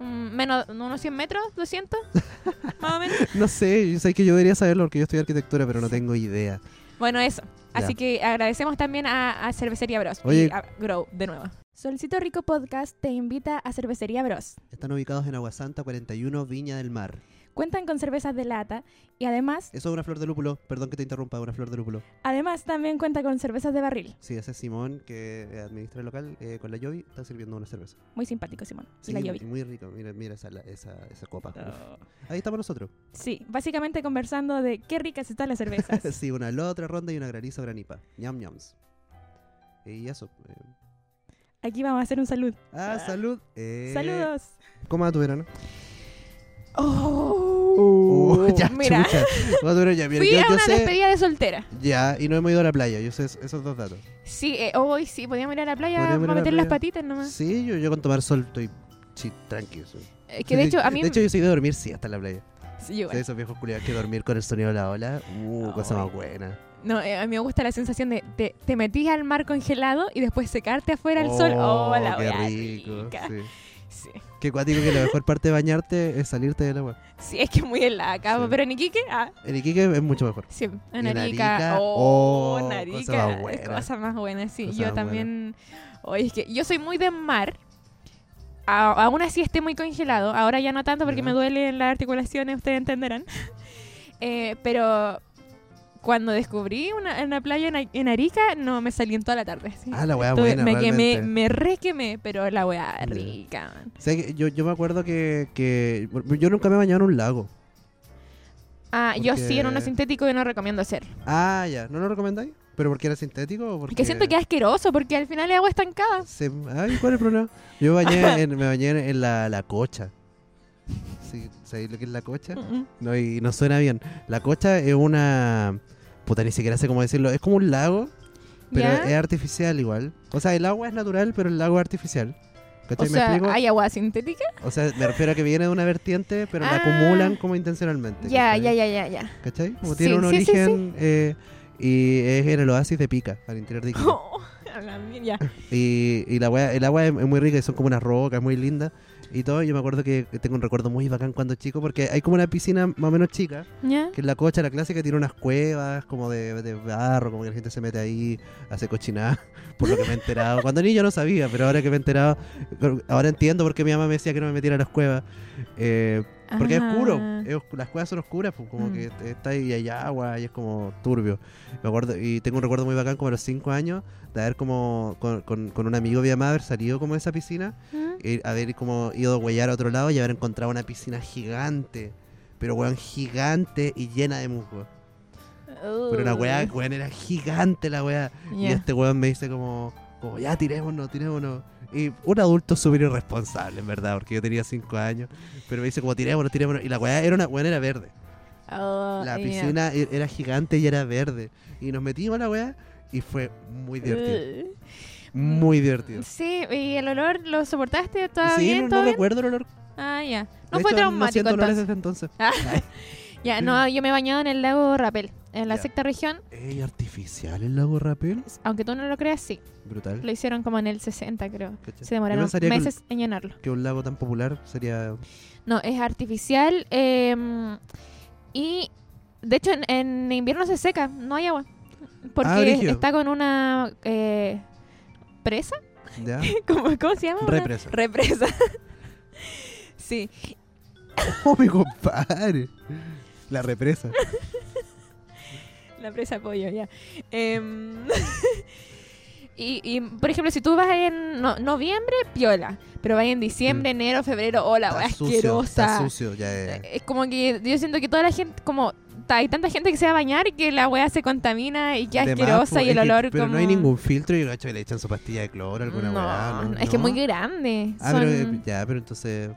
S2: Mm, menos unos 100 metros, 200, más o menos.
S1: No sé, yo sé que yo debería saberlo porque yo estudié arquitectura, pero no tengo idea.
S2: Bueno, eso. Así
S1: Ya.
S2: que agradecemos también a, a Cervecería Bros.
S1: Oye.
S2: Y a Grow, de nuevo. Solcito Rico Podcast te invita a Cervecería Bros.
S1: Están ubicados en Aguasanta 41, Viña del Mar.
S2: Cuentan con cervezas de lata y además,
S1: Eso es una flor de lúpulo, perdón que te interrumpa, una flor de lúpulo.
S2: además también cuenta con cervezas de barril.
S1: Sí, ese es Simón que administra el local eh, con la Yovi, está sirviendo una cerveza.
S2: Muy simpático, Simón.
S1: Sí,
S2: la Yovi.
S1: muy rico, mira, mira esa, la- esa, esa copa. Uf. Ahí estamos nosotros.
S2: Sí, básicamente conversando de qué ricas están las cervezas.
S1: sí, una la otra ronda y una graniza granipa. Ñam ñams. Y eso. eh.
S2: Aquí vamos a hacer un salud.
S1: Ah,
S2: Ah.
S1: salud. Eh,
S2: Saludos.
S1: ¿Cómo va tu verano?
S2: Oh.
S1: Uh, ya,
S2: Mira.
S1: chucha. Bueno, pero ya, mira,
S2: Fui
S1: yo,
S2: a
S1: yo
S2: una
S1: sé.
S2: despedida de soltera.
S1: Ya, y no hemos ido a la playa, yo sé es- esos dos datos.
S2: Sí, eh, hoy sí, podíamos ir a la playa
S1: Podríamos ir
S2: vamos
S1: a
S2: a
S1: la
S2: meter las
S1: playa.
S2: patitas nomás.
S1: Sí, yo, yo con tomar sol estoy sí, tranquilo. sí.
S2: Eh, que de hecho, a mí.
S1: De hecho, yo soy de dormir sí hasta en la playa.
S2: Sí, yo
S1: De
S2: igual.
S1: esos viejos culiados que dormir con el sonido de la ola. Uh, cosa
S2: Ay.
S1: más buena.
S2: No, eh, a mí me gusta la sensación de te, te metís al mar congelado y después secarte afuera al sol. Oh, la
S1: qué
S2: wea
S1: rico.
S2: rica.
S1: sí.
S2: Sí.
S1: Qué cuático que la mejor parte de bañarte es salirte del agua.
S2: Sí, es que es muy helada, cabo.
S1: Sí.
S2: Pero en Iquique, ah,
S1: En Iquique es mucho mejor.
S2: sí, en
S1: en
S2: Arica.
S1: Arica, oh,
S2: oh, en
S1: cosa más
S2: Arica.
S1: buena.
S2: es Cosa más buena, sí.
S1: Cosa
S2: yo
S1: más
S2: también. Oye, es que yo soy muy de mar. A- aún así esté muy congelado. Ahora ya no tanto porque
S1: Ya.
S2: me duelen las articulaciones, ustedes entenderán. Eh, pero cuando descubrí una, una playa en, A- en Arica, no me salí en toda la tarde. sí.
S1: Ah, la weá
S2: Estuve-
S1: buena.
S2: me
S1: realmente.
S2: quemé, me re quemé, pero la weá
S1: Ya.
S2: rica. man.
S1: O sea, que yo, yo me acuerdo que, que. Yo nunca me he bañado en un lago.
S2: Ah, yo sí, en uno
S1: Porque-
S2: sintético yo no recomiendo hacer.
S1: Ah, ya. ¿No lo recomendáis? ¿Pero porque era sintético o porque.?
S2: Porque siento que es asqueroso, porque al final es agua estancada.
S1: Se- Ay, ¿cuál es el problema? Yo me bañé en, me bañé en la, la cocha. Sí, ¿Sabéis lo que es la cocha?
S2: Mm,
S1: No, y no suena bien. La cocha es una. Puta, ni siquiera sé cómo decirlo. Es como un lago, pero
S2: ¿Ya?
S1: es artificial igual. O sea, el agua es natural, pero el lago es artificial.
S2: O
S1: ¿Cachai? ¿Me
S2: sea,
S1: explico?
S2: ¿hay agua sintética?
S1: O sea, me refiero a que viene de una vertiente, pero
S2: Ah.
S1: la acumulan como intencionalmente.
S2: Ya,
S1: ¿cachai?
S2: ya, ya, ya, ya.
S1: ¿Cachai? Como
S2: Sí,
S1: tiene un
S2: sí, sí, sí.
S1: origen eh, y es en el oasis de Pica, al interior de Iquique.
S2: a la mierda, Oh, ya.
S1: Y, y la wea- el agua es, es muy rica y son como unas rocas muy lindas y todo. Yo me acuerdo que tengo un recuerdo muy bacán cuando chico porque hay como una piscina más o menos chica,
S2: ¿Ya?
S1: que es la cocha, la clásica, tiene unas cuevas como de, de barro, como que la gente se mete ahí, hace cochinada, por lo que me he enterado. Cuando niño no sabía, pero ahora que me he enterado, ahora entiendo por qué mi mamá me decía que no me metiera a las cuevas. Eh, porque
S2: Ah.
S1: es oscuro, es oscu- las cuevas son oscuras, pues, como
S2: Mm.
S1: que te- está ahí y hay agua y es como turbio. Me acuerdo, y tengo un recuerdo muy bacán como a los 5 años de haber como con, con- con un amigo de mi mamá haber salido como de esa piscina,
S2: ¿Mm?
S1: y haber como ido a huellar a otro lado y haber encontrado una piscina gigante, pero weón gigante y llena de musgo.
S2: Uh,
S1: Pero la weá, weón, era gigante la weá. Y
S2: Ya.
S1: este weón me dice como, como ya tirémonos, tirémonos. Y un adulto súper irresponsable, en verdad, porque yo tenía 5 años. Pero me dice como tirémonos, tirémonos. Y la weá era una weón era verde.
S2: Oh,
S1: La
S2: ya.
S1: piscina e- era gigante y era verde. Y nos metimos a la weá y fue muy
S2: Eh,
S1: divertido. Muy divertido.
S2: Uh, Sí, y el olor, ¿lo soportaste? ¿Todo
S1: sí,
S2: mm, bien?
S1: no-
S2: ¿Todo
S1: no,
S2: bien?
S1: recuerdo el olor.
S2: Ah, ya.
S1: De
S2: No fue
S1: hecho, No
S2: traumático
S1: siento olores desde
S2: entonces.
S1: entonces.
S2: Ah, ya, no, yo me he bañado en el lago Rapel, en la
S1: Ya.
S2: sexta región,
S1: Ey, artificial el lago Rapel.
S2: aunque tú no lo creas, sí. Lo
S1: Brutal.
S2: hicieron como en el 60, creo.
S1: Cacha.
S2: Se
S1: Yo
S2: demoraron
S1: pensaría que un-
S2: meses en llenarlo.
S1: Que un lago tan popular sería.
S2: No, es artificial. em, y de hecho, en, en invierno se seca, no hay agua. Porque
S1: Ah, brígido.
S2: está con una eh, presa.
S1: ¿Ya?
S2: ¿Cómo, cómo se llama? Una
S1: Represa.
S2: Represa. sí.
S1: ¡Oh, mi compadre! La represa.
S2: La presa pollo, ya. Em, y, y, por ejemplo, si tú vas en no- noviembre, piola. Pero vas en diciembre, enero, febrero, hola,
S1: Mm. está
S2: wea
S1: sucio, está
S2: asquerosa. Eh,
S1: sucio, ya, ya, ya.
S2: Es como que yo siento que toda la gente, como ta- hay tanta gente que se va a bañar y que la weá se contamina y que
S1: De más,
S2: asquerosa
S1: pues,
S2: y el
S1: es que-
S2: olor
S1: Pero
S2: como...
S1: no hay ningún filtro y gacho le echan su pastilla de cloro, alguna
S2: no,
S1: weá,
S2: no, es que es muy grande.
S1: Ah,
S2: Son- Mm,
S1: pero eh, ya, pero entonces.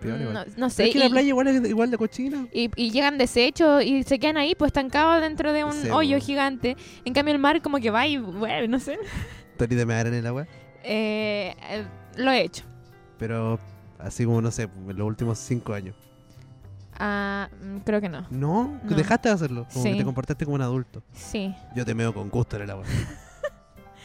S1: peor igual.
S2: no, no
S1: Pero
S2: sé.
S1: es que
S2: y,
S1: la playa igual es igual de cochina.
S2: y- y llegan desechos y se quedan ahí pues estancados dentro de un
S1: Sí,
S2: hoyo
S1: bueno.
S2: gigante. En cambio el mar como que va y vuelve, no sé.
S1: Tony de mear en el agua.
S2: Eh, eh, lo he hecho.
S1: Pero así como, no sé, en los últimos cinco años.
S2: Ah, mm, creo que no.
S1: No,
S2: No.
S1: dejaste de hacerlo. Como
S2: Sí.
S1: que te comportaste como un adulto.
S2: Sí.
S1: Yo te meo con gusto en el agua.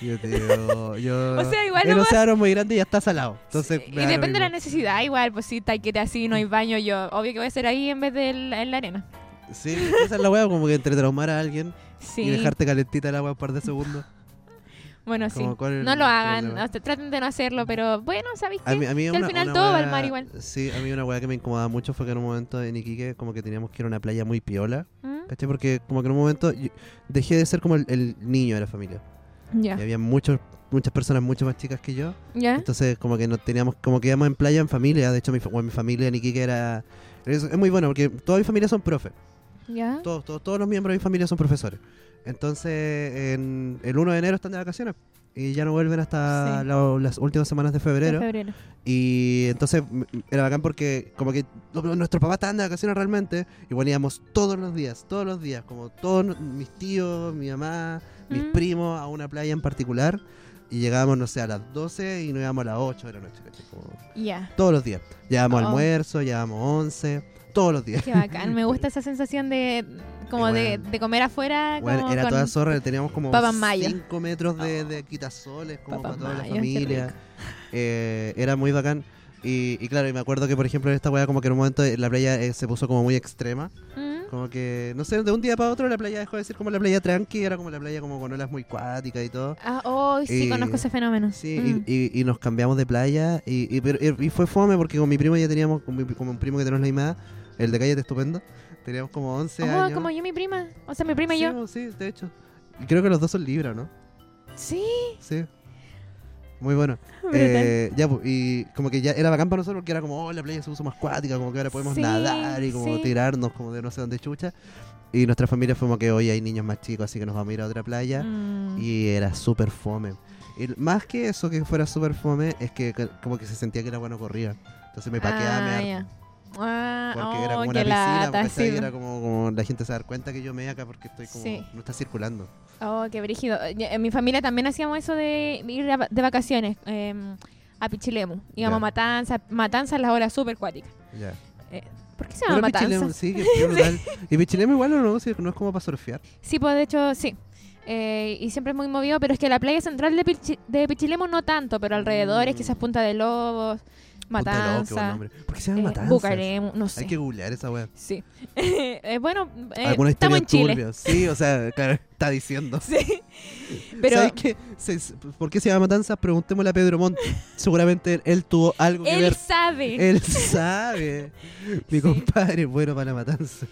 S1: Yo te meo. Yo...
S2: O sea, igual
S1: El
S2: no
S1: océano es muy grande y ya está salado. Entonces,
S2: Y
S1: me da lo
S2: depende de la
S1: mismo.
S2: necesidad, igual, pues si está que así, no hay baño, yo obvio que voy a ser ahí en vez de en la- en la arena.
S1: Sí, esa es la hueá, como que entre traumar a alguien
S2: Sí.
S1: y dejarte calentita el agua un par de segundos.
S2: Bueno, sí.
S1: Como, ¿cuál es
S2: No
S1: el
S2: lo hagan,
S1: problema?
S2: o sea, traten de no hacerlo, pero bueno, ¿sabéis
S1: A
S2: qué?
S1: mí, a mí
S2: al
S1: una,
S2: final
S1: una
S2: todo va al
S1: hueá-
S2: mar igual.
S1: Sí, a mí una hueá que me incomodaba mucho fue que en un momento en Iquique como que teníamos que ir a una playa muy piola,
S2: ¿Mm?
S1: ¿cachai? Porque como que en un momento yo- dejé de ser como el, el niño de la familia.
S2: Mm, Ya, ¿Ah?
S1: Y había muchos, muchas personas mucho más chicas que yo.
S2: ya,
S1: Entonces como que no teníamos, como que íbamos en playa en familia. De hecho, mi, fa- bueno, mi familia en Iquique era... Es, es muy bueno porque toda mi familia son profes.
S2: ya.
S1: Todos, todos, todos los miembros de mi familia son profesores. Entonces en, el 1 de enero están de vacaciones. Y ya no vuelven hasta
S2: Sí.
S1: la- las últimas semanas de
S2: de
S1: febrero.
S2: febrero.
S1: Y entonces m- m- era bacán porque como que no, no, nuestros papás estaban de vacaciones realmente. Y bueno, íbamos todos los días, todos los días. Como todos no- mis tíos, mi mamá, mis
S2: Mm.
S1: primos a una playa en particular. Y llegábamos, no sé, a las 12 y nos íbamos a las 8 de la noche. ¿cachai? Como
S2: Ya.
S1: todos los días. Llevábamos
S2: Oh.
S1: almuerzo, llevábamos 11. Todos los días.
S2: Qué bacán. Me gusta esa sensación de como
S1: Y
S2: de,
S1: bueno.
S2: de comer afuera.
S1: Bueno,
S2: como
S1: era
S2: con-
S1: toda zorra, teníamos como
S2: Papas Mayo.
S1: 5 metros de, de quitasoles como
S2: Papas
S1: para toda la
S2: Mayo, qué
S1: familia.
S2: rico.
S1: Eh, era muy bacán. Y, y claro, y me acuerdo que por ejemplo en esta weá como que en un momento eh, la playa eh, se puso como muy extrema.
S2: Mm.
S1: Como que, no sé, de un día para otro la playa dejó de ser como la playa tranqui, era como la playa como con olas muy cuáticas y todo.
S2: Ah, oh, sí,
S1: Y-
S2: conozco ese fenómeno.
S1: Sí,
S2: Mm.
S1: y, y- y nos cambiamos de playa y, y- pero- y- y fue fome porque con mi primo ya teníamos, con mi- como un primo que tenemos la misma edad, el de calle estupendo, teníamos como 11
S2: Oh,
S1: años.
S2: como yo y mi prima. O sea, mi prima y
S1: sí,
S2: yo.
S1: bo, sí, de hecho. Y creo que los dos son libros, ¿no?
S2: Sí,
S1: Sí. Muy bueno.
S2: brutal.
S1: Eh, ya, pues, y como que ya era bacán para nosotros porque era como, oh, la playa se puso más cuática, como que ahora podemos
S2: Sí,
S1: nadar y como
S2: sí.
S1: tirarnos como de no sé dónde chucha. Y nuestra familia fue como que hoy hay niños más chicos, así que nos vamos a ir a otra playa.
S2: Mm.
S1: Y era súper fome. Y l- más que eso que fuera súper fome, es que c- como que se sentía que era bueno corría. Entonces me paqueaba
S2: Ah,
S1: me harto,
S2: ya. Ah,
S1: Porque era
S2: oh,
S1: como
S2: qué
S1: una piscina,
S2: lata,
S1: ¿cachai?
S2: sí.
S1: era como, como la gente se da cuenta que yo me acá porque estoy como,
S2: Sí.
S1: no está circulando.
S2: Oh, qué brígido. Eh, En mi familia también hacíamos eso de ir a- de vacaciones eh, a Pichilemu. Íbamos
S1: Ya.
S2: a Matanza. Matanza es la ola súper cuática.
S1: Ya.
S2: ¿Por qué se llama
S1: Pero Pichilemu,
S2: Matanza?
S1: sí, que que brutal. Y Pichilemu igual no, Sí, no es como para surfear.
S2: Sí, pues de hecho, sí. Eh, y siempre es muy movido, pero es que la playa central de, Pichi- de Pichilemu no tanto, pero alrededor es
S1: Mm.
S2: quizás Punta de Lobos,
S1: Puta loco, qué buen
S2: Matanza,
S1: nombre. ¿Por qué se llama
S2: eh,
S1: Matanzas?
S2: Bucaremu, no sé.
S1: Hay que googlear esa weá.
S2: Sí. Eh, bueno, eh,
S1: Alguna historia
S2: estamos en Chile.
S1: turbia. Sí, o sea, claro, está diciendo.
S2: Sí. Pero
S1: ¿Sabes qué? Se- ¿Por qué se llama Matanzas? Preguntémosle a Pedro Montt. Seguramente él, él tuvo algo que
S2: él
S1: ver.
S2: sabe.
S1: Él sabe. Mi
S2: Sí.
S1: compadre es bueno para la matanza.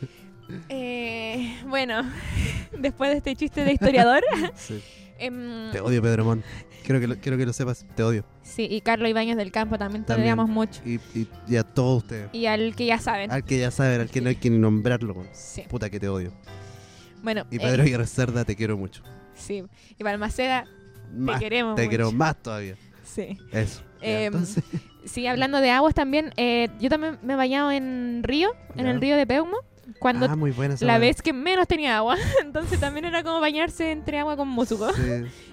S2: Eh, bueno, después de este chiste de historiador.
S1: Sí.
S2: em,
S1: Te odio, Pedro Montt. Quiero que, lo, quiero que lo sepas. Te odio.
S2: sí, y Carlos Ibáñez del Campo también
S1: También.
S2: toleramos mucho.
S1: Y, y- y a todos ustedes.
S2: Y al que ya saben.
S1: Al que ya saben, al que no hay que ni nombrarlo. weón.
S2: Sí.
S1: Puta que te odio.
S2: Bueno,
S1: Y
S2: eh,
S1: Pedro Aguirre Cerda, te quiero mucho.
S2: sí. Y Balmaceda, te
S1: Más,
S2: queremos.
S1: te
S2: mucho.
S1: quiero más todavía.
S2: Sí.
S1: Eso. Ya,
S2: Em,
S1: entonces,
S2: Sí, hablando de aguas también, eh, yo también me he bañado en río, en
S1: Ya.
S2: el río de Peumo, cuando
S1: ah, muy buena esa
S2: la
S1: weá.
S2: vez que menos tenía agua. Entonces también era como bañarse entre agua con músico
S1: Sí.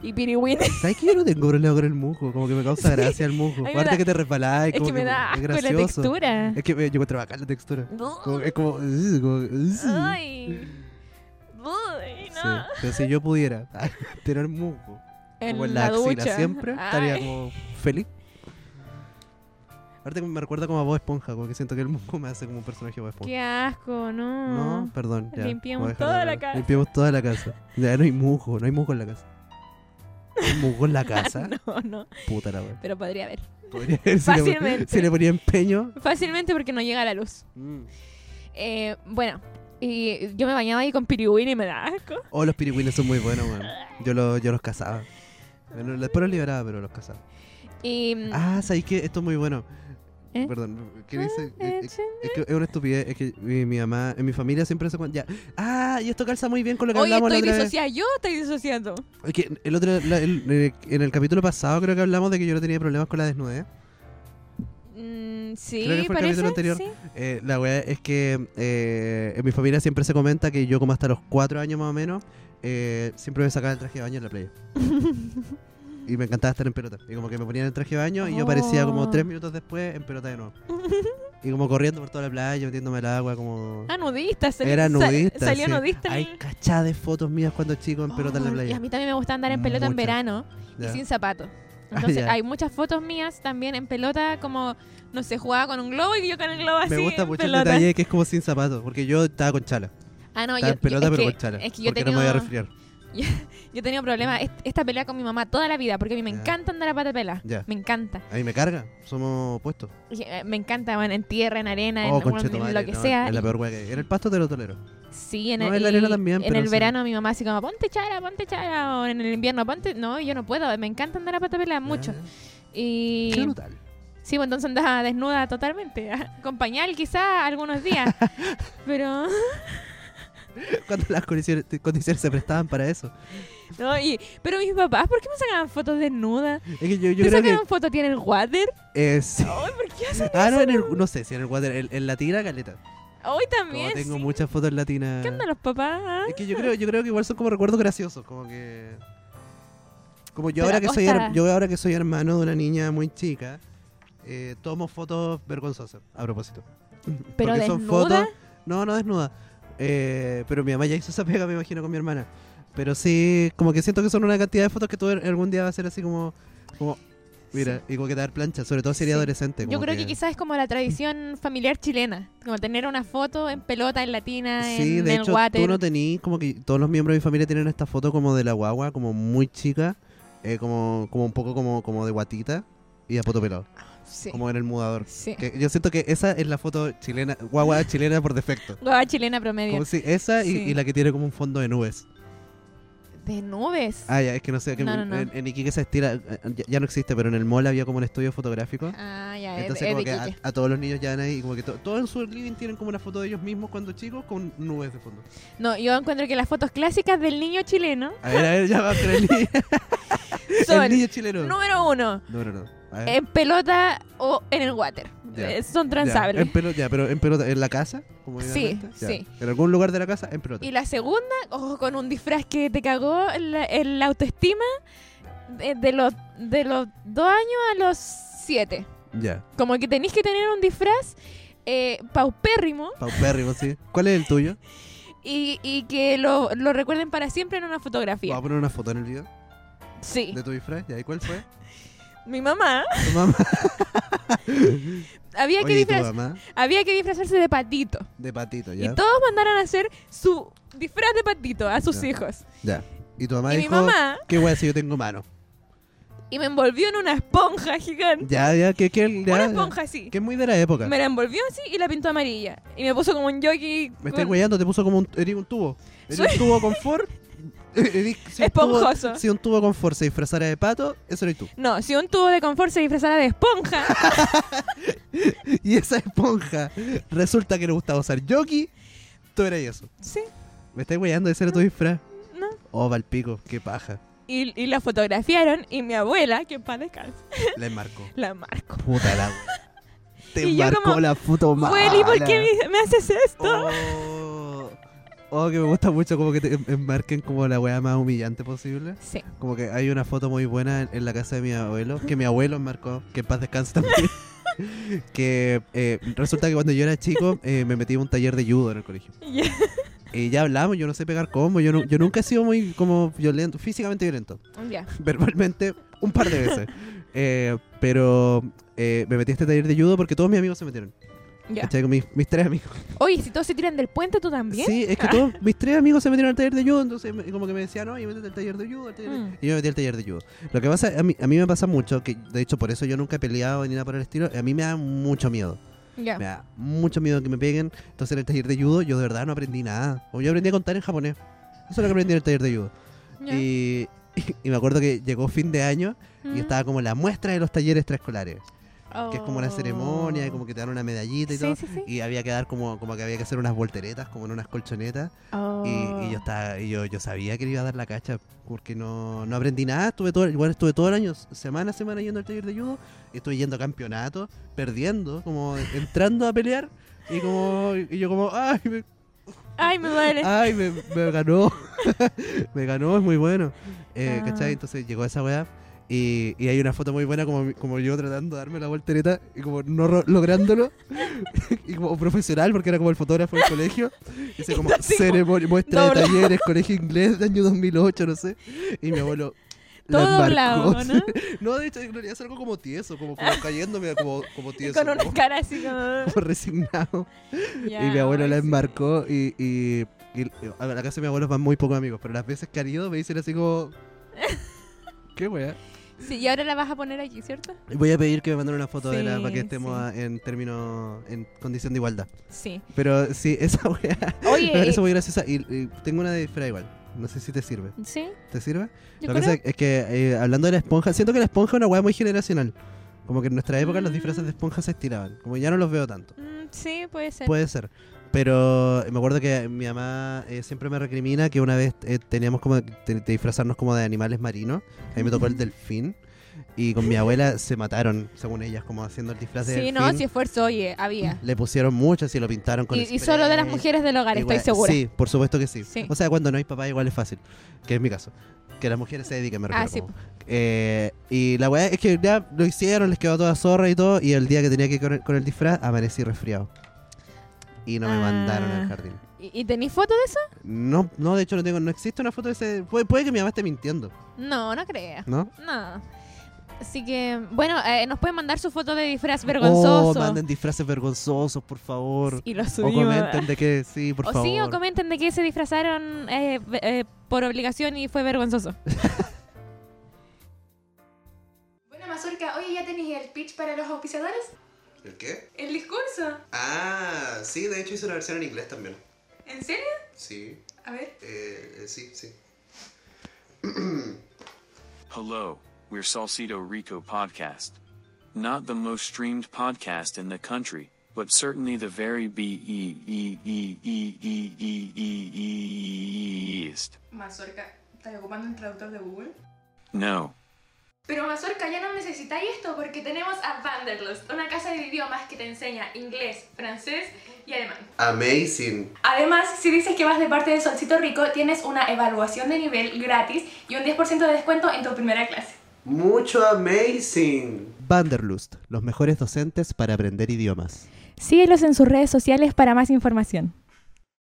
S2: y pirigüín.
S1: ¿Sabes que yo no tengo problema con el musgo? Como que me causa gracia el musgo.
S2: me
S1: Aparte
S2: da-
S1: que te resbalás. y
S2: Es
S1: como
S2: que me da
S1: es
S2: asco la
S1: gracioso.
S2: textura.
S1: Es que me- yo encuentro bacán la textura. Como- es como. uh, como, uh.
S2: Ay. Uy,
S1: Sí.
S2: no.
S1: Pero si yo pudiera tener musgo como en la, axila siempre, estaría
S2: Ay.
S1: como feliz. Aparte que me recuerda como a Bob Esponja, como que siento que el musgo me hace como un personaje de Bob Esponja.
S2: Qué asco, no.
S1: No, perdón. ya,
S2: Limpiemos
S1: voy a dejarlo
S2: Mm. toda
S1: de
S2: la
S1: lado.
S2: casa.
S1: Limpiemos toda la casa. Ya no hay musgo, no hay musgo en la casa. ¿Hay musgo en la casa?
S2: no, no.
S1: Puta la wea.
S2: Pero podría haber.
S1: Podría haber si, le,
S2: Fácilmente.
S1: si le ponía empeño.
S2: Fácilmente porque no llega la luz. Eh, bueno, y yo me bañaba ahí con pirigüín y me da asco.
S1: Oh, los pirigüines son muy buenos, weón. Yo, los- yo los cazaba. Bueno, después los liberaba, pero los cazaba.
S2: Y mm,
S1: Ah, ¿sabéis que Esto es muy bueno.
S2: ¿Eh?
S1: Perdón, ¿qué dice?
S2: eh,
S1: Es, es que es una estupidez. Es que mi, mi mamá, en mi familia siempre se cuenta. Ya. Ah, y esto calza muy bien con lo que
S2: Oye,
S1: hablamos la
S2: estoy
S1: otra vez.
S2: disociada, yo estoy disociando.
S1: Es que el otro, la- el- eh, en el capítulo pasado creo que hablamos de que yo no tenía problemas con la desnudez.
S2: Mm, sí,
S1: Creo que fue el
S2: parece.
S1: capítulo anterior.
S2: sí.
S1: Eh, la weá es que eh, en mi familia siempre se comenta que yo como hasta los cuatro años más o menos eh, siempre me sacaba el traje de baño en la playa. y me encantaba estar en pelota. Y como que me ponían el traje de baño y yo aparecía como
S2: Oh.
S1: tres minutos después en pelota de nuevo. y como corriendo por toda la playa, metiéndome al agua, como...
S2: Ah, nudista. salió-
S1: Era
S2: sa-
S1: nudista.
S2: salió
S1: sí.
S2: nudista. en
S1: Hay
S2: el-
S1: cachá de fotos mías cuando chico en pelota en la
S2: Oh, Y
S1: playa.
S2: a mí también me gusta andar en pelota en
S1: Mucho.
S2: verano
S1: Ya.
S2: y sin zapatos.
S1: Ah,
S2: Entonces
S1: ya.
S2: hay muchas fotos mías también en pelota, como, no sé, jugaba con un globo y yo con el globo así
S1: Me gusta
S2: en
S1: mucho
S2: pelota.
S1: el detalle que es como sin zapatos, porque yo estaba con chala.
S2: Ah, no, yo,
S1: estaba en pelota
S2: es
S1: pero
S2: que,
S1: con chala.
S2: es que yo
S1: porque
S2: tenía,
S1: no me voy a resfriar.
S2: yo tenía problemas, est- esta pelea con mi mamá toda la vida, porque a mí me
S1: Ya.
S2: encanta andar a pata pela.
S1: Ya.
S2: Me encanta.
S1: A mí me carga, somos opuestos.
S2: Y, eh, Me encanta, bueno, en tierra, en arena,
S1: oh,
S2: en, bueno, en
S1: conchetumadre,
S2: lo que
S1: no,
S2: sea.
S1: Es la peor wea que hay. En el pasto te lo tolero.
S2: Sí, en
S1: No,
S2: el,
S1: en la arena
S2: y
S1: también,
S2: en
S1: pero
S2: el
S1: sí.
S2: verano mi mamá así como, ponte chala, ponte chala, o en el invierno, ponte... No, yo no puedo, me encanta andar a pata pela mucho. Y...
S1: Ah, Qué brutal.
S2: Sí, pues entonces andaba desnuda totalmente. Con pañal quizá algunos días. Pero
S1: cuando las condiciones, condiciones se prestaban para eso.
S2: No, y, pero mis papás, ¿por qué me sacaban fotos desnudas?
S1: Es que yo, yo
S2: ¿Me
S1: creo que.
S2: sacaban fotos tiene el water?
S1: eh, sí.
S2: Ay, ¿por qué hacen
S1: Ah, no,
S2: eso?
S1: en el- no sé si en el water, en, en la tira, caleta.
S2: Hoy
S1: Como
S2: también.
S1: tengo
S2: sí.
S1: muchas fotos latinas.
S2: ¿Qué onda los papás? ah?
S1: Es que yo creo, yo creo que igual son como recuerdos graciosos, como que. Como yo
S2: Pero
S1: ahora que soy her-
S2: costa.
S1: yo ahora que soy hermano de una niña muy chica, eh, tomo fotos vergonzosas, a propósito.
S2: Pero
S1: Porque son
S2: desnuda.
S1: fotos- No, no desnuda. Eh, pero mi mamá ya hizo esa pega, me imagino, con mi hermana. Pero sí, como que siento que son una cantidad de fotos que tú algún día vas a ser así como. como mira, y como que te dar plancha, sobre todo si eres
S2: Sí.
S1: adolescente.
S2: Yo
S1: como
S2: creo que, quizás es como la tradición familiar chilena, como tener una foto en pelota, en latina,
S1: Sí,
S2: en,
S1: de
S2: el
S1: hecho,
S2: water.
S1: tú no tení, como que todos los miembros de mi familia tienen esta foto como de la guagua, como muy chica, eh, como, como un poco como, como de guatita y a poto pelado,
S2: Sí,
S1: como en el mudador.
S2: sí.
S1: Que yo siento que esa es la foto chilena, guagua chilena por defecto.
S2: Guava chilena promedio.
S1: Como si esa y,
S2: Sí.
S1: y la que tiene como un fondo de nubes.
S2: De nubes.
S1: Ah, ya, es que no sé, que
S2: No,
S1: en-
S2: no, no.
S1: En, en Iquique se estira, eh, ya, ya no existe, pero en el mall había como un estudio fotográfico.
S2: Ah, ya, es-
S1: Entonces
S2: es
S1: como
S2: de
S1: que a,
S2: Iquique.
S1: a todos los niños ya van ahí, como que to- todos en su living tienen como una foto de ellos mismos cuando chicos con nubes de fondo.
S2: No, yo encuentro que las fotos clásicas del niño chileno
S1: A ver, a ver, ya va pero el niño, el
S2: son,
S1: niño chileno.
S2: número uno,
S1: No, no, no. A ver,
S2: en pelota o en el water.
S1: Eh. Ya.
S2: Eh, son
S1: ya,
S2: transables.
S1: en pelo- ya, pero en pelota, en la casa, como
S2: Sí,
S1: idealmente, ya.
S2: sí.
S1: En algún lugar de la casa, en pelota.
S2: Y la segunda, ojo, con un disfraz que te cagó la, el autoestima de, de los, de los dos años a los siete.
S1: Ya.
S2: Como que tenéis que tener un disfraz eh, paupérrimo
S1: Paupérrimo, sí. ¿Cuál es el tuyo?
S2: y, y que lo, lo recuerden para siempre en una
S1: Vamos
S2: fotografía.
S1: a poner una foto en el video
S2: Sí.
S1: de tu disfraz. ¿Y ahí cuál fue?
S2: Mi mamá
S1: Tu mamá.
S2: había que,
S1: Oye, ¿y tu
S2: disfraz-
S1: mamá?
S2: había que disfrazarse de patito.
S1: De patito, ya.
S2: Y todos mandaron a hacer su disfraz de patito a sus
S1: Ya.
S2: hijos.
S1: Ya. Y tu mamá
S2: y mi
S1: dijo,
S2: mamá
S1: qué guay si yo tengo mano.
S2: y me envolvió en una esponja gigante.
S1: Ya, ya, que, que, ya,
S2: una
S1: ya.
S2: esponja así.
S1: que es muy de la época.
S2: Me la envolvió así y la pintó amarilla. Y me puso como un jockey.
S1: Me estás
S2: con-
S1: guayando, te puso como un, eres un tubo. Eres
S2: Soy-
S1: un tubo confort. eres- si un tubo-
S2: Esponjoso.
S1: Si un tubo confort se disfrazara de pato, eso eres tú.
S2: No, si un tubo de confort se disfrazara de esponja,
S1: Y esa esponja resulta que le gustaba usar jockey. Tú eras eso.
S2: sí,
S1: Me estás guayando, ese era tu disfraz.
S2: no.
S1: Oh, Valpico, qué paja.
S2: Y, y la fotografiaron y mi abuela, que en paz descanse,
S1: La enmarcó.
S2: la marco.
S1: Puta la wea. Te
S2: Y yo
S1: marcó
S2: como,
S1: la foto mala.
S2: Willy, ¿por qué me, me haces esto?
S1: Oh. Oh, que me gusta mucho como que te en- enmarquen como la wea más humillante posible.
S2: Sí.
S1: Como que hay una foto muy buena en, en la casa de mi abuelo, que mi abuelo marcó, que en paz descanse también. que eh, resulta que cuando yo era chico eh, me metí a un taller de judo en el colegio.
S2: Y-
S1: Y ya hablamos, yo no sé pegar combo, yo, nu- yo nunca he sido muy como violento, físicamente violento,
S2: ya.
S1: verbalmente un par de veces. Eh, pero eh, me metí a este taller de judo porque todos mis amigos se metieron.
S2: Ya.
S1: ¿cachai? Con Mis, mis tres amigos.
S2: Oye, si todos se tiran del puente, tú también.
S1: Sí, es que todos mis tres amigos se metieron al taller de judo, entonces me- como que me decían, oye, métete al taller de judo. al taller de-".
S2: Mm.
S1: Y yo me metí al taller de judo. Lo que pasa, a mí, a mí me pasa mucho, que de hecho por eso yo nunca he peleado ni nada por el estilo, a mí me da mucho miedo.
S2: Ya.
S1: Me da mucho miedo que me peguen. Entonces en el taller de judo yo de verdad no aprendí nada. O yo aprendí a contar en japonés. Eso es lo que aprendí en el taller de judo.
S2: Ya.
S1: Y, y me acuerdo que llegó fin de año
S2: Mm.
S1: y estaba como la muestra de los talleres extraescolares, que es como una
S2: Oh.
S1: ceremonia, y como que te dan una medallita y
S2: Sí,
S1: todo.
S2: sí, sí.
S1: Y había que dar como, como que había que hacer unas volteretas, como en unas colchonetas.
S2: Oh.
S1: Y, y yo estaba, y yo, yo sabía que le iba a dar la cacha, porque no, no aprendí nada, estuve todo, igual estuve todo el año, semana a semana yendo al taller de judo, estuve yendo a campeonatos, perdiendo, como entrando a pelear, y como, y yo como, ay, me,
S2: Ay, me duele.
S1: Ay, me, me ganó. me ganó, es muy bueno. Eh,
S2: Ah.
S1: ¿Cachai? Entonces llegó esa weá. Y, y hay una foto muy buena como, como yo tratando de darme la voltereta y como no ro- lográndolo. y como profesional, porque era como el fotógrafo del colegio. Dice como
S2: Así como
S1: ceremonia, muestra
S2: doblado.
S1: de talleres, colegio inglés del año 2008, no sé. Y mi abuelo... la
S2: Todo
S1: embarcó.
S2: doblado, ¿no?
S1: no, de hecho, en realidad es algo como tieso, como, como cayéndome como, como
S2: Y
S1: tieso.
S2: con una
S1: como-
S2: cara así como.
S1: como resignado.
S2: Ya,
S1: Y mi abuelo
S2: ay,
S1: la
S2: sí.
S1: enmarcó y, y, y- a la casa de mi abuelo van muy pocos amigos, pero las veces que han ido me dicen así como... ¿Qué wea?
S2: Sí, y ahora la vas a poner aquí, ¿cierto?
S1: Voy a pedir que me manden una foto de la
S2: Sí,
S1: para que estemos
S2: sí.
S1: a- en términos, en condición de igualdad.
S2: Sí.
S1: Pero sí, esa wea
S2: Oye.
S1: me parece muy graciosa y, y tengo una de disfraz igual. No sé si te sirve.
S2: eh, Sí,
S1: ¿Te sirve?
S2: yo
S1: Lo que
S2: creo.
S1: pasa es que eh, hablando de la esponja, siento que la esponja es una wea muy generacional. Como que en nuestra época los disfraces de esponja se estiraban. Como ya no los veo tanto.
S2: Mm, sí, puede ser.
S1: Puede ser. Pero me acuerdo que mi mamá eh, siempre me recrimina que una vez eh, teníamos como de, de disfrazarnos como de animales marinos. A mí me tocó el delfín. Y con mi abuela se mataron, según ellas, como haciendo el disfraz de
S2: Sí, no,
S1: delfín.
S2: si esfuerzo, oye, había.
S1: Le pusieron muchas y lo pintaron con
S2: Y, y solo de las
S1: spray.
S2: mujeres del hogar,
S1: Igual-
S2: estoy segura.
S1: Sí, por supuesto que sí.
S2: Sí.
S1: O sea, cuando no hay papá igual es fácil, que es mi caso. Que las mujeres se dediquen, me
S2: Ah,
S1: refiero,
S2: sí.
S1: como. Eh, y la weá es que ya lo hicieron, les quedó toda zorra y todo, y el día que tenía que ir con el, con el disfraz, amanecí resfriado. Y no me
S2: Ah.
S1: mandaron al jardín.
S2: ¿Y, y tenéis fotos de eso?
S1: No, no, de hecho no tengo, no existe una foto de ese... Puede, puede que mi mamá esté mintiendo,
S2: No, no creas.
S1: ¿no?
S2: No. Así que, bueno, eh, nos pueden mandar su foto de disfraz
S1: Oh,
S2: vergonzoso.
S1: manden disfraces vergonzosos, por favor.
S2: y lo
S1: o
S2: subimos.
S1: comenten de que sí, por
S2: o
S1: favor.
S2: sí, o comenten de que se disfrazaron eh, ve- eh, por obligación y fue vergonzoso.
S3: Bueno, Mazorca, oye, ¿ya tenéis el pitch para los auspiciadores?
S1: ¿El qué?
S3: ¿El discurso?
S1: Ah, sí, de hecho hice una versión en inglés también.
S3: ¿En serio?
S1: Sí.
S3: A ver.
S1: Eh, eh, sí, sí.
S4: Hello, we're Salcedo Rico Podcast. Not the most streamed podcast in the country, but certainly the very be e e e e e e e e east.
S3: Mazorca, ¿estás ocupando el traductor de Google?
S4: No.
S3: Pero Mazorca, ya no necesitáis esto porque tenemos a Vanderlust, una casa de idiomas que te enseña inglés, francés y alemán.
S1: Amazing.
S3: Además, si dices que vas de parte de Solcito Rico, tienes una evaluación de nivel gratis y un 10% de descuento en tu primera clase.
S1: Mucho amazing. Vanderlust, los mejores docentes para aprender idiomas.
S3: Síguelos en sus redes sociales para más información.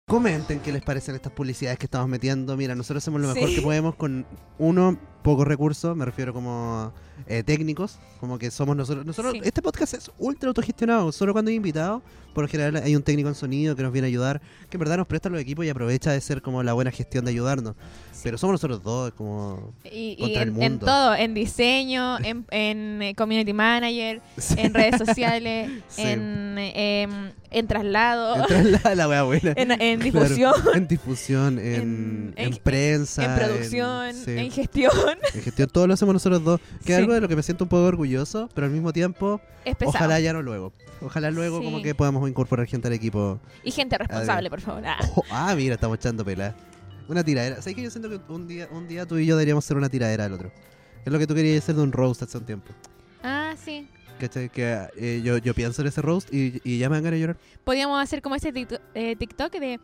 S1: Comenten qué les parecen estas publicidades que estamos metiendo. Mira, nosotros hacemos lo mejor
S2: Sí.
S1: que podemos con uno, pocos recursos, me refiero como eh, técnicos, como que somos nosotros. Nosotros,
S2: Sí.
S1: este podcast es ultra autogestionado, solo cuando hay invitados, por lo general hay un técnico en sonido que nos viene a ayudar, que en verdad nos presta los equipos y aprovecha de ser como la buena gestión de ayudarnos. Pero somos nosotros dos, como
S2: Y, y
S1: Contra el
S2: en, en
S1: mundo.
S2: todo, en diseño, en, en, eh, community manager, en redes sociales,
S1: Sí.
S2: en, eh, em, en traslado,
S1: Entonces, la, la wea buena.
S2: en, en
S1: Claro,
S2: difusión,
S1: en difusión, en,
S2: En-
S1: en
S2: en-
S1: prensa.
S2: en producción,
S1: sí,
S2: en gestión.
S1: en gestión. Todo lo hacemos nosotros dos. Que es
S2: Sí.
S1: algo de lo que me siento un poco orgulloso, pero al mismo tiempo,
S2: Es pesado.
S1: ojalá ya no luego. Ojalá luego como
S2: Sí.
S1: que podamos incorporar gente al equipo.
S2: Y gente responsable, por favor. Ah.
S1: Ojo, ah, mira, estamos echando pelas. Una tiradera. ¿Sabes que yo siento que un día, un día tú y yo deberíamos hacer una tiradera al otro? Es lo que tú querías hacer de un roast hace un tiempo.
S2: Ah, sí.
S1: ¿Cachai? Que eh, yo, yo pienso en ese roast y, y ya me van a llorar.
S2: Podíamos hacer como ese tikto- eh, TikTok de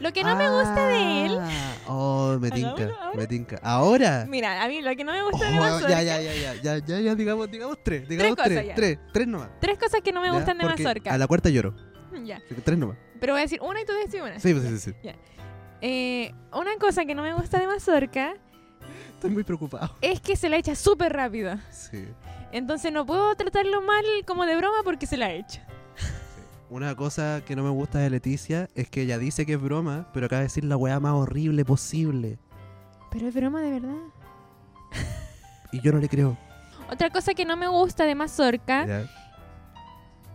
S2: lo que no me gusta de él.
S1: Ah, Oh, me tinca,
S2: Hagámoslo ahora.
S1: me tinca. ¿Ahora?
S2: Mira, a mí lo que no me gusta de
S1: Oh,
S2: Mazorca.
S1: ya, ya, ya, ya, ya, ya, ya, digamos, digamos tres, digamos
S2: cosas
S1: tres,
S2: ya.
S1: tres, tres nomás.
S2: Tres cosas que no me
S1: ¿ya?
S2: gustan de
S1: Porque
S2: Mazorca.
S1: A la cuarta lloro,
S2: Ya.
S1: así que tres nomás.
S2: Pero voy a decir una y tú decís una.
S1: Sí, pues, sí, sí, sí.
S2: Eh, una cosa que no me gusta de Mazorca
S1: Estoy muy preocupado.
S2: es que se la echa súper rápido.
S1: Sí.
S2: Entonces no puedo tratarlo mal como de broma porque se la echa.
S1: Una cosa que no me gusta de Leticia es que ella dice que es broma, pero acaba de decir la weá más horrible posible.
S2: Pero es broma de verdad.
S1: Y yo no le creo.
S2: Otra cosa que no me gusta de Mazorca
S1: Ya,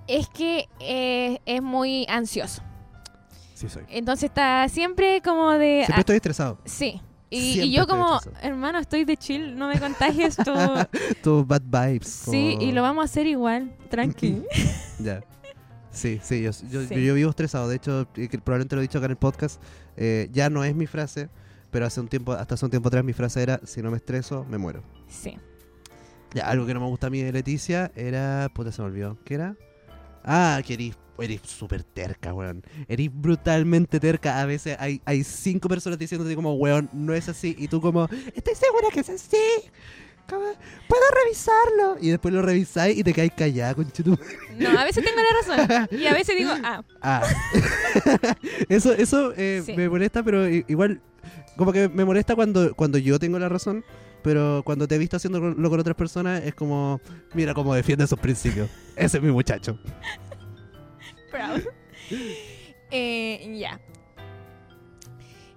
S2: es que eh, es muy ansioso.
S1: Sí, soy.
S2: Entonces está siempre como de...
S1: Siempre estoy estresado.
S2: Eh, ah, sí. Y,
S1: Siempre
S2: y yo
S1: estoy
S2: como,
S1: estresado.
S2: hermano, estoy de chill, no me contagies tú.
S1: Tus bad vibes.
S2: sí,
S1: como-
S2: y lo vamos a hacer igual, tranqui.
S1: Ya. Sí, sí, yo, yo,
S2: Sí.
S1: yo- yo vivo estresado. De hecho, eh, que probablemente lo he dicho acá en el podcast, eh, ya no es mi frase, pero hace un tiempo, hasta hace un tiempo atrás mi frase era, si no me estreso, me muero.
S2: sí.
S1: Ya, algo que no me gusta a mí de Leticia era, puta, se me olvidó, ¿qué era? Ah, que eres, eres súper terca, weón. Eres brutalmente terca. A veces hay, hay cinco personas diciéndote como, weón, no es así. Y tú como, estoy segura que es así. Como, Puedo revisarlo. Y después lo revisáis y te caes callada, conchito.
S2: No, a veces tengo la razón. Y a veces digo, ah,
S1: Ah. eso eso eh,
S2: Sí.
S1: me molesta, pero i- igual, como que me molesta cuando, cuando yo tengo la razón, pero cuando te he visto haciéndolo con- con otras personas, es como, mira cómo defiende sus principios. Ese es mi muchacho.
S2: proud. Eh, ya.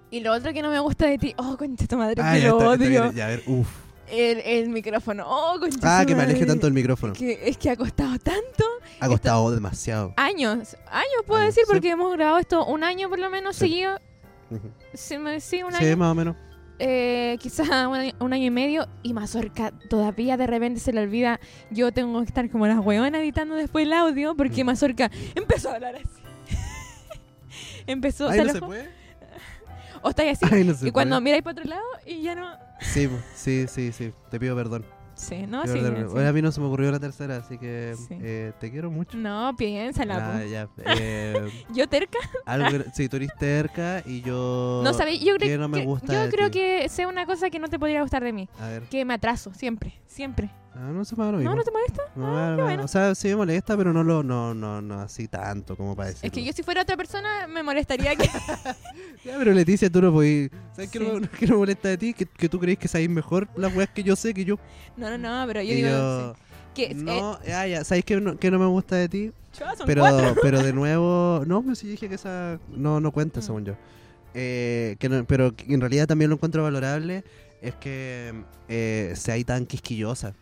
S2: Y lo otro que no me gusta de ti, oh, concha tu madre,
S1: Ah,
S2: que
S1: ya
S2: lo
S1: está- está
S2: odio.
S1: bien, ya, a ver, uf.
S2: el, el micrófono, oh, concha tu
S1: Ah, que me
S2: madre.
S1: aleje tanto del micrófono.
S2: Que es que ha costado tanto.
S1: Ha costado demasiado.
S2: Años, años puedo
S1: Años,
S2: decir,
S1: sí.
S2: porque hemos grabado esto un año por lo menos
S1: Sí.
S2: seguido.
S1: Ujú.
S2: Sí, me- sí, un
S1: Sí,
S2: año.
S1: más o menos.
S2: Eh, quizás un año, un año y medio. Y Mazorca todavía de repente se le olvida. Yo tengo que estar como las hueonas editando después el audio, porque
S1: Mm.
S2: Mazorca empezó a hablar así. Empezó,
S1: Ay,
S2: se
S1: no
S2: alojó.
S1: se puede.
S2: O estáis así.
S1: Ay, no se
S2: y cuando
S1: puede.
S2: miráis para otro lado y ya no.
S1: Sí, po, sí, sí, sí. Te pido perdón.
S2: Sí, no,
S1: Te
S2: sí.
S1: pido perdón.
S2: sí.
S1: Bueno, a mí no se me ocurrió la tercera, así que
S2: Sí.
S1: eh, te quiero mucho.
S2: No, piénsala. po.
S1: Ah, ya. eh,
S2: Yo terca,
S1: algo que- sí, tú eres terca y yo.
S2: no sabéis. Yo
S1: que
S2: creo
S1: no me
S2: que,
S1: gusta
S2: yo
S1: de
S2: creo
S1: ti.
S2: que sé una cosa que no te podría gustar de mí.
S1: A ver.
S2: Que me atraso, siempre, siempre.
S1: Ah, no se me da lo mismo.
S2: No, no te molesta.
S1: No,
S2: Ah,
S1: no,
S2: qué
S1: no.
S2: bueno.
S1: O sea, sí me molesta, pero no lo, no, no, no así tanto como para decirlo.
S2: Es que yo si fuera otra persona me molestaría que...
S1: Ya, pero Leticia, tú no podís... ¿Sabes qué
S2: Sí.
S1: no, que no molesta de ti? Que, que tú crees que sabes mejor las weas que yo sé que yo...
S2: No, no, no, pero yo
S1: Y
S2: digo...
S1: yo,
S2: sí. Que, eh,
S1: no, ah, ya, ¿sabes qué no, qué no me gusta de ti?
S2: chua, Ah, son
S1: Pero,
S2: cuatro.
S1: pero de nuevo... No, pues sí dije que esa... No, no cuenta,
S2: Mm.
S1: según yo. Eh, que no- pero que en realidad también lo encuentro valorable es que eh, seáis tan quisquillosa.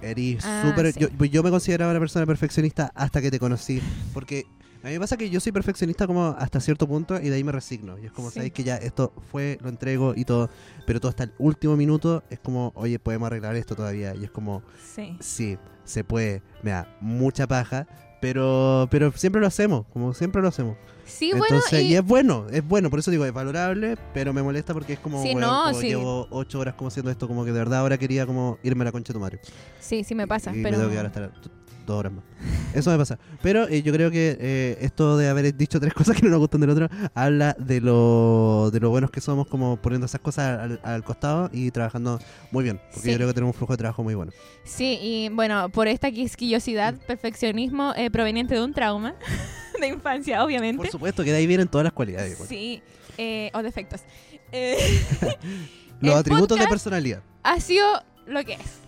S1: Eres
S2: Ah,
S1: súper...
S2: sí.
S1: Yo, pues yo me consideraba una persona perfeccionista hasta que te conocí. Porque a mí me pasa que yo soy perfeccionista como hasta cierto punto y de ahí me resigno. Y es como,
S2: Sí.
S1: sabéis que ya esto fue, lo entrego y todo. Pero todo hasta el último minuto es como, oye, podemos arreglar esto todavía. Y es como,
S2: Sí.
S1: sí, se puede. Me da mucha paja. Pero, pero siempre lo hacemos, como siempre lo hacemos.
S2: Sí, bueno,
S1: Entonces, y...
S2: y...
S1: es bueno, es bueno, por eso digo, es valorable, pero me molesta porque es como,
S2: Sí,
S1: weón,
S2: no,
S1: como
S2: sí.
S1: llevo ocho horas como haciendo esto, como que de verdad ahora quería como irme a la concha de tu madre.
S2: Sí, sí me pasa,
S1: Y
S2: pero...
S1: me tengo que quedar hasta las do- dos horas más. Eso me pasa. Pero eh, yo creo que eh, esto de haber dicho tres cosas que no nos gustan del otro habla de lo, de lo buenos que somos, como poniendo esas cosas al, al costado y trabajando muy bien. Porque
S2: Sí.
S1: yo creo que tenemos un flujo de trabajo muy bueno.
S2: Sí, y bueno, por esta quisquillosidad,
S1: Mm.
S2: perfeccionismo eh, proveniente de un trauma de infancia, obviamente.
S1: Por supuesto que de ahí vienen todas las cualidades. pues. bueno.
S2: Sí, eh, o defectos. Eh,
S1: Los
S2: El
S1: atributos
S2: podcast-
S1: de personalidad.
S2: ha sido lo que es.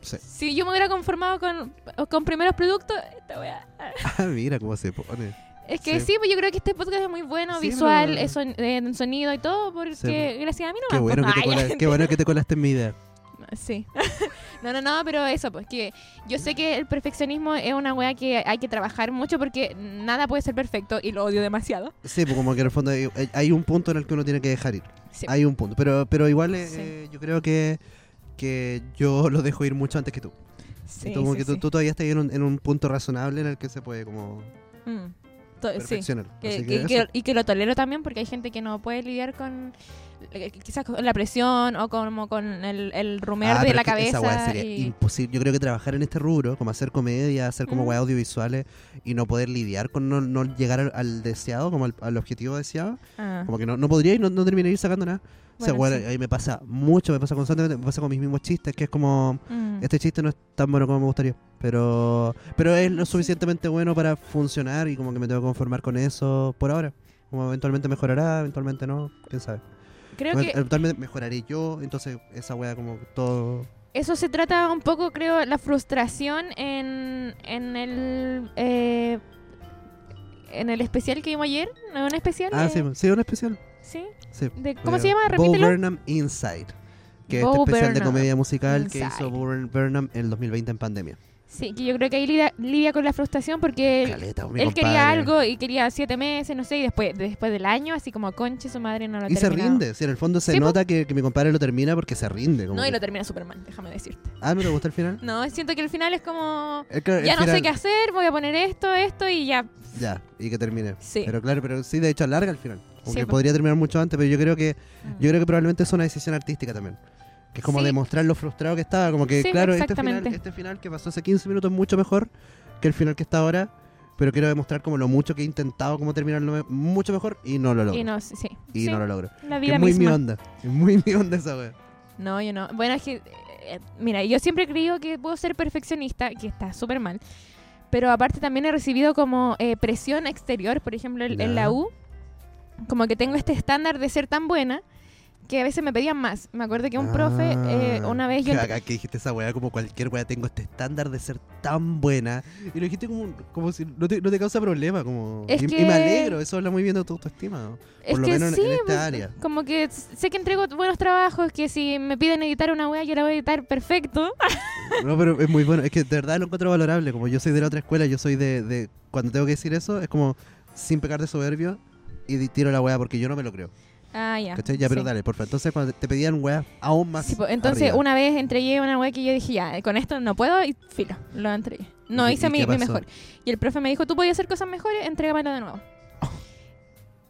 S1: Sí.
S2: Si yo me hubiera conformado con, con primeros productos, esta weá-
S1: Ah, mira cómo se pone.
S2: Es que sí.
S1: Sí.
S2: pues yo creo que este podcast es muy bueno,
S1: Sí,
S2: visual,
S1: pero-
S2: eh, son- eh, en sonido y todo, porque
S1: Sí, pues.
S2: gracias a mí no
S1: Qué
S2: me
S1: bueno, que te cola- qué bueno que te colaste en mi idea.
S2: Sí. no, no, no, pero eso, pues que yo sé que el perfeccionismo es una weá que hay que trabajar mucho porque nada puede ser perfecto y lo odio demasiado.
S1: Sí, pues como que en el fondo hay, hay un punto en el que uno tiene que dejar ir.
S2: Sí.
S1: Hay un punto. Pero, pero igual eh,
S2: Sí.
S1: eh, yo creo que, que yo lo dejo ir mucho antes que tú.
S2: Sí,
S1: como
S2: sí,
S1: que tú,
S2: sí.
S1: tú todavía estás en un, en un punto razonable en el que se puede como
S2: Mm. To- sí.
S1: perfeccionar.
S2: Que-
S1: Así
S2: que-
S1: que
S2: que-
S1: eso.
S2: y que lo tolero también porque hay gente que no puede lidiar con eh, quizás con la presión o como con el, el rumear
S1: Ah,
S2: de
S1: pero
S2: la
S1: es que
S2: cabeza.
S1: Esa weá sería
S2: y-
S1: imposible. Yo creo que trabajar en este rubro, como hacer comedia, hacer como
S2: Mm.
S1: weá audiovisuales y no poder lidiar con no, no llegar al, al deseado, como al, al objetivo deseado,
S2: Ah.
S1: Como que no, no podría y no, no terminaría sacando nada. o sea,
S2: Bueno,
S1: bueno,
S2: sí.
S1: ahí me pasa mucho, me pasa constantemente, me pasa con mis mismos chistes, que es como,
S2: Mm.
S1: este chiste no es tan bueno como me gustaría, pero pero es lo suficientemente bueno para funcionar y como que me tengo que conformar con eso por ahora. Como eventualmente mejorará, eventualmente no, quién sabe.
S2: Creo
S1: Bueno,
S2: que
S1: Eventualmente mejoraré yo, entonces esa wea como todo...
S2: Eso se trata un poco, creo, la frustración en, en el eh, en el especial que vimos ayer, ¿no es un especial?
S1: Ah,
S2: Eh,
S1: sí, sí, un especial.
S2: sí.
S1: Sí.
S2: De- ¿Cómo
S1: Eh,
S2: se llama?
S1: Bo
S2: Repítelo.
S1: Burnham Inside, que es
S2: Bo
S1: este especial de
S2: Burnham
S1: comedia musical que
S2: Inside.
S1: hizo Bo Burnham en el 2020 en pandemia.
S2: Sí, que yo creo que ahí lidia, lidia con la frustración porque él,
S1: Caleta, mi
S2: él quería
S1: compadre.
S2: algo y quería siete meses, no sé, y después después del año, así como conche su madre no lo ha
S1: Y se
S2: terminado.
S1: rinde, si en el fondo se
S2: Sí, po.
S1: nota que, que mi compadre lo termina porque se rinde. como
S2: No, y
S1: que-
S2: lo termina súper mal, déjame decirte.
S1: Ah, ¿no te gusta el final?
S2: No, siento que el final es como...
S1: Es que el
S2: Ya no sé
S1: final-
S2: qué hacer, voy a poner esto, esto y ya.
S1: Ya, y que termine.
S2: Sí.
S1: Pero claro, pero sí, de hecho alarga el final. Aunque
S2: Sí, po.
S1: podría terminar mucho antes, pero yo creo que
S2: Mm.
S1: yo creo que probablemente es una decisión artística también. Que es como
S2: Sí.
S1: demostrar lo frustrado que estaba. Como que,
S2: Sí,
S1: claro, este final,
S2: exactamente.
S1: este final que pasó hace 15 minutos es mucho mejor que el final que está ahora. Pero quiero demostrar como lo mucho que he intentado como terminarlo me- mucho mejor y no lo logro.
S2: Y no, sí, sí.
S1: Y
S2: Sí,
S1: no lo logro.
S2: La
S1: Que
S2: vida
S1: es muy mi
S2: misma.
S1: onda. Es muy mi onda esa wea.
S2: No, yo no. Bueno, es que, eh, eh, mira, yo siempre he creído que puedo ser perfeccionista, que está súper mal. Pero aparte también he recibido como eh, presión exterior, por ejemplo, en, en
S1: Ya.
S2: la U. Como que tengo este estándar de ser tan buena que a veces me pedían más. Me acuerdo que un profe, eh,
S1: Ah.
S2: una vez yo...
S1: Qué bacán que dijiste esa weá, como cualquier weá, tengo este estándar de ser tan buena. Y lo dijiste como, como si no te, no te causa problema. Como,
S2: Es
S1: y, y
S2: que-
S1: me alegro, eso habla muy bien de tu autoestima. ¿no?
S2: Es
S1: por lo
S2: que
S1: menos en-
S2: sí,
S1: en esta
S2: pues,
S1: área.
S2: Como que s- sé que entrego buenos trabajos, que si me piden editar una wea, yo la voy a editar perfecto.
S1: No, pero es muy bueno. Es que de verdad lo encuentro valorable. Como yo soy de la otra escuela, yo soy de, de- Cuando tengo que decir eso, es como sin pecar de soberbio y di- tiro la weá porque yo no me lo creo.
S2: Ah, ya.
S1: ¿Cachai? Ya, pero
S2: sí.
S1: dale, porfa. Entonces, cuando te pedían weá aún más.
S2: Sí, pues, entonces,
S1: arriba.
S2: una vez entregué una web que yo dije, ya, con esto no puedo, y filo, lo entregué. No
S1: ¿Y-
S2: hice
S1: y
S2: mi,
S1: qué
S2: mi
S1: pasó?
S2: mejor. Y el profe me dijo, tú podías hacer cosas mejores, entrégamelo de nuevo.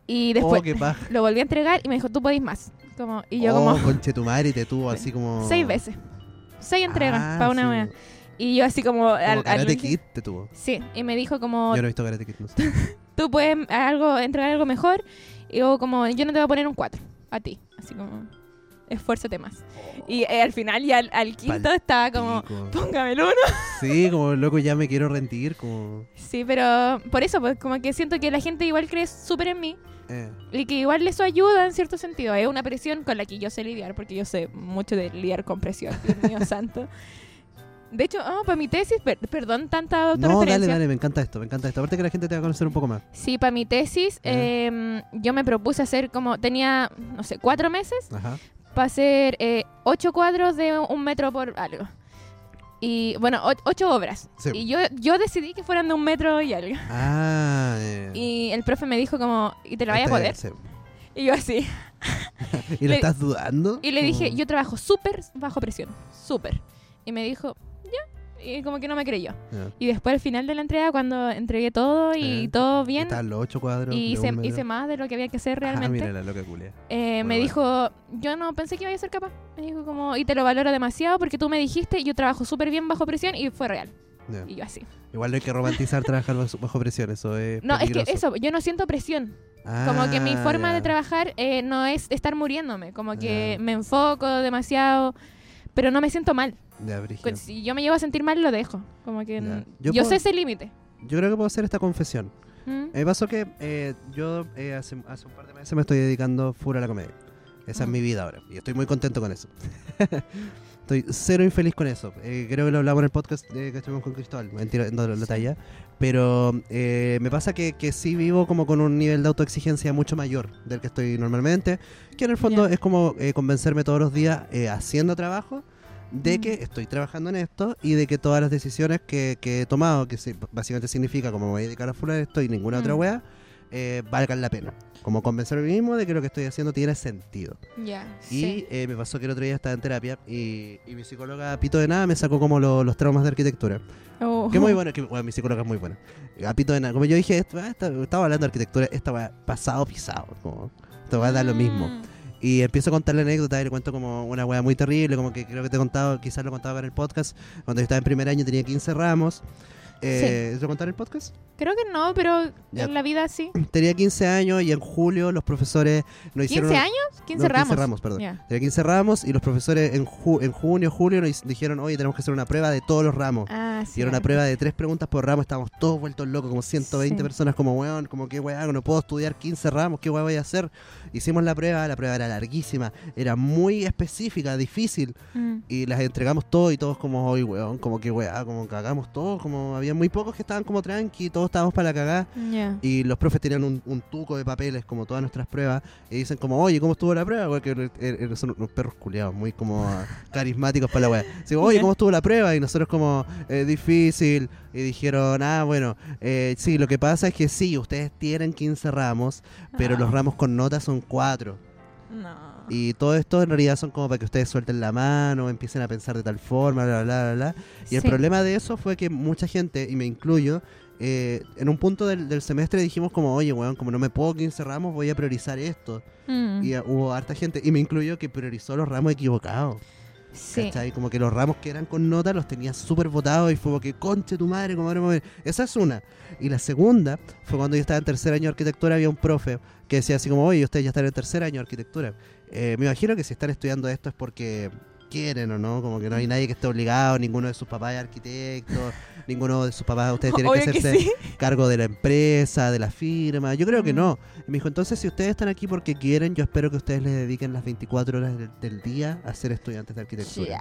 S2: Y después
S1: Oh, qué paja.
S2: lo volví a entregar y me dijo, tú podís más. Como, y yo
S1: oh,
S2: como,
S1: conchetumare, te tuvo así como.
S2: seis veces. Seis entregas
S1: Oh, Ah,
S2: para una
S1: sí.
S2: wea. Y yo así como...
S1: Como Karate
S2: último-
S1: Kid te tuvo.
S2: Sí, y me dijo como,
S1: Yo no he visto Karate Kid, no sé.
S2: tú puedes algo, entregar algo mejor. Y yo como, yo no te voy a poner un 4 a ti. Así como, esfuérzate más. Y eh, al final, ya al, al quinto, estaba como,
S1: Pico.
S2: póngame el uno.
S1: Sí, como loco, ya me quiero rendir. Como.
S2: Sí, pero por eso, pues como que siento que la gente igual cree súper en mí.
S1: eh.
S2: Y que igual eso ayuda en cierto sentido. Es una presión con la que yo sé lidiar, porque yo sé mucho de lidiar con presión, Dios mío santo. De hecho, ah, para mi tesis, per- perdón, tanta
S1: No,
S2: autorreferencia.
S1: dale, dale, me encanta esto, me encanta esto. Aparte que la gente te va a conocer un poco más.
S2: Sí, para mi tesis,
S1: Ya.
S2: eh, yo me propuse hacer como, tenía, no sé, cuatro meses
S1: Ajá.
S2: para hacer eh, ocho cuadros de un metro por algo. Y bueno, o- ocho obras.
S1: Sí.
S2: Y yo, yo decidí que fueran de un metro y algo.
S1: Ah, eh.
S2: Y el profe me dijo como, ¿y te la vaya a
S1: Está
S2: poder?
S1: bien, sí.
S2: Y yo así.
S1: ¿Y lo
S2: Le-
S1: estás dudando?
S2: Y le dije,
S1: Como-
S2: yo trabajo súper bajo presión, súper. Y me dijo, ya. Y como que no me creyó.
S1: Ya.
S2: Y después al final de la entrega, cuando entregué todo y
S1: Eh,
S2: todo bien,
S1: Estaban los ocho cuadros.
S2: y
S1: de un
S2: hice,
S1: metro.
S2: hice más de lo que había que hacer
S1: Ah,
S2: realmente,
S1: mira la loca culia.
S2: eh,
S1: Muy
S2: me
S1: bueno.
S2: dijo, yo no pensé que iba a ser capaz. Me dijo como, y te lo valoro demasiado porque tú me dijiste, yo trabajo súper bien bajo presión y fue real.
S1: Ya.
S2: Y yo así.
S1: Igual no hay que romantizar trabajar bajo, bajo presión, eso es.
S2: No, es que
S1: peligroso.
S2: eso, yo no siento presión.
S1: Ah,
S2: Como que mi forma
S1: ya.
S2: de trabajar eh, no es estar muriéndome, como que
S1: Ya.
S2: me enfoco demasiado, pero no me siento mal.
S1: Ya, brígido.
S2: Cu- Si yo me llevo a sentir mal, lo dejo. Como que
S1: Ya.
S2: n-
S1: Yo
S2: yo,
S1: puedo-
S2: sé ese límite.
S1: Yo creo que puedo hacer esta confesión.
S2: ¿Mm?
S1: Me pasó que eh, yo eh, hace, hace un par de meses me estoy dedicando full a la comedia. Esa es
S2: Ujú.
S1: mi vida ahora. Y estoy muy contento con eso. estoy cero infeliz con eso. Eh, creo que lo hablamos en el podcast eh, que estuvimos con Cristóbal. Mentira, no la talla. Pero eh, me pasa que, que sí vivo como con un nivel de autoexigencia mucho mayor del que estoy normalmente. Que en el fondo
S2: Ya.
S1: es como eh, convencerme todos los días eh, haciendo trabajo de
S2: Mm.
S1: que estoy trabajando en esto y de que todas las decisiones que, que he tomado, que sí, básicamente significa como me voy a dedicar a full a esto y ninguna otra
S2: Mm.
S1: wea, eh, valgan la pena. Como convencerme a mí mismo de que lo que estoy haciendo tiene sentido.
S2: Ya.
S1: Y eh, me pasó que el otro día estaba en terapia y, y mi psicóloga, pito de nada, me sacó como lo- los traumas de arquitectura.
S2: Oh.
S1: Que muy bueno, que bueno, mi psicóloga es muy buena. A pito de nada, como yo dije, esto, ah, esta- estaba hablando de arquitectura, esta wea, pasado pisado, como, esto va a dar lo mismo.
S2: Mm.
S1: Y empiezo a contar la anécdota y le cuento como una wea muy terrible, como que creo que te he contado, quizás lo contaba en el podcast, cuando yo estaba en primer año tenía 15 ramos. Eh, ¿Lo contaron en el podcast?
S2: Creo que no, pero
S1: Ya.
S2: en la vida sí.
S1: Tenía 15 años y en julio los profesores nos hicieron...
S2: ¿15 años? 15
S1: no,
S2: ramos.
S1: perdón.
S2: Ya.
S1: Tenía 15 ramos y los profesores en, ju- en junio, julio nos dijeron, oye, tenemos que hacer una prueba de todos los ramos.
S2: Ah, sí.
S1: Y era una
S2: ya.
S1: prueba de tres preguntas por ramo, estábamos todos vueltos locos, como 120
S2: Sí.
S1: personas, como weón, como qué weón, no puedo estudiar 15 ramos, qué weón voy a hacer. Hicimos la prueba, la prueba era larguísima, era muy específica, difícil,
S2: Mm.
S1: y las entregamos todo y todos como, oye weón, como qué weón, como cagamos todo, como había muy pocos que estaban como tranqui, todos estábamos para la cagada.
S2: Ya.
S1: Y los profes tenían un, un tuco de papeles, como todas nuestras pruebas, y dicen como, oye, ¿cómo estuvo la prueba? Porque er- er- son unos perros culiados, muy como ah, carismáticos para la wea. Así como, oye, ¿cómo estuvo la prueba? Y nosotros como, "Eh, difícil. Y dijeron, ah, bueno, eh, sí, lo que pasa es que sí, ustedes tienen 15 ramos, pero
S2: Ah.
S1: los ramos con notas son 4.
S2: No.
S1: Y todo esto en realidad son como para que ustedes suelten la mano, empiecen a pensar de tal forma, bla, bla, bla, bla. Y el
S2: Sí.
S1: problema de eso fue que mucha gente, y me incluyo, eh, en un punto del, del semestre dijimos como, oye, weón, como no me puedo 15 ramos, voy a priorizar esto.
S2: Mm.
S1: Y eh, hubo harta gente, y me incluyo, que priorizó los ramos equivocados.
S2: Sí.
S1: ¿Cachai? Como que los ramos que eran con nota los tenía súper votados y fue como que, conche tu madre, como ahora me voy". Esa es una. Y la segunda fue cuando yo estaba en tercer año de arquitectura, había un profe que decía así como, oye, ustedes ya están en tercer año de arquitectura. Eh, me imagino que si están estudiando esto es porque quieren o no, como que no hay nadie que esté obligado, ninguno de sus papás es arquitecto, ninguno de sus papás, ustedes tienen que
S2: Obvio que
S1: hacerse
S2: sí.
S1: cargo de la empresa, de la firma. Yo creo que
S2: Mm.
S1: no. Y me dijo, entonces si ustedes están aquí porque quieren, yo espero que ustedes les dediquen las 24 horas del, del día a ser estudiantes de arquitectura.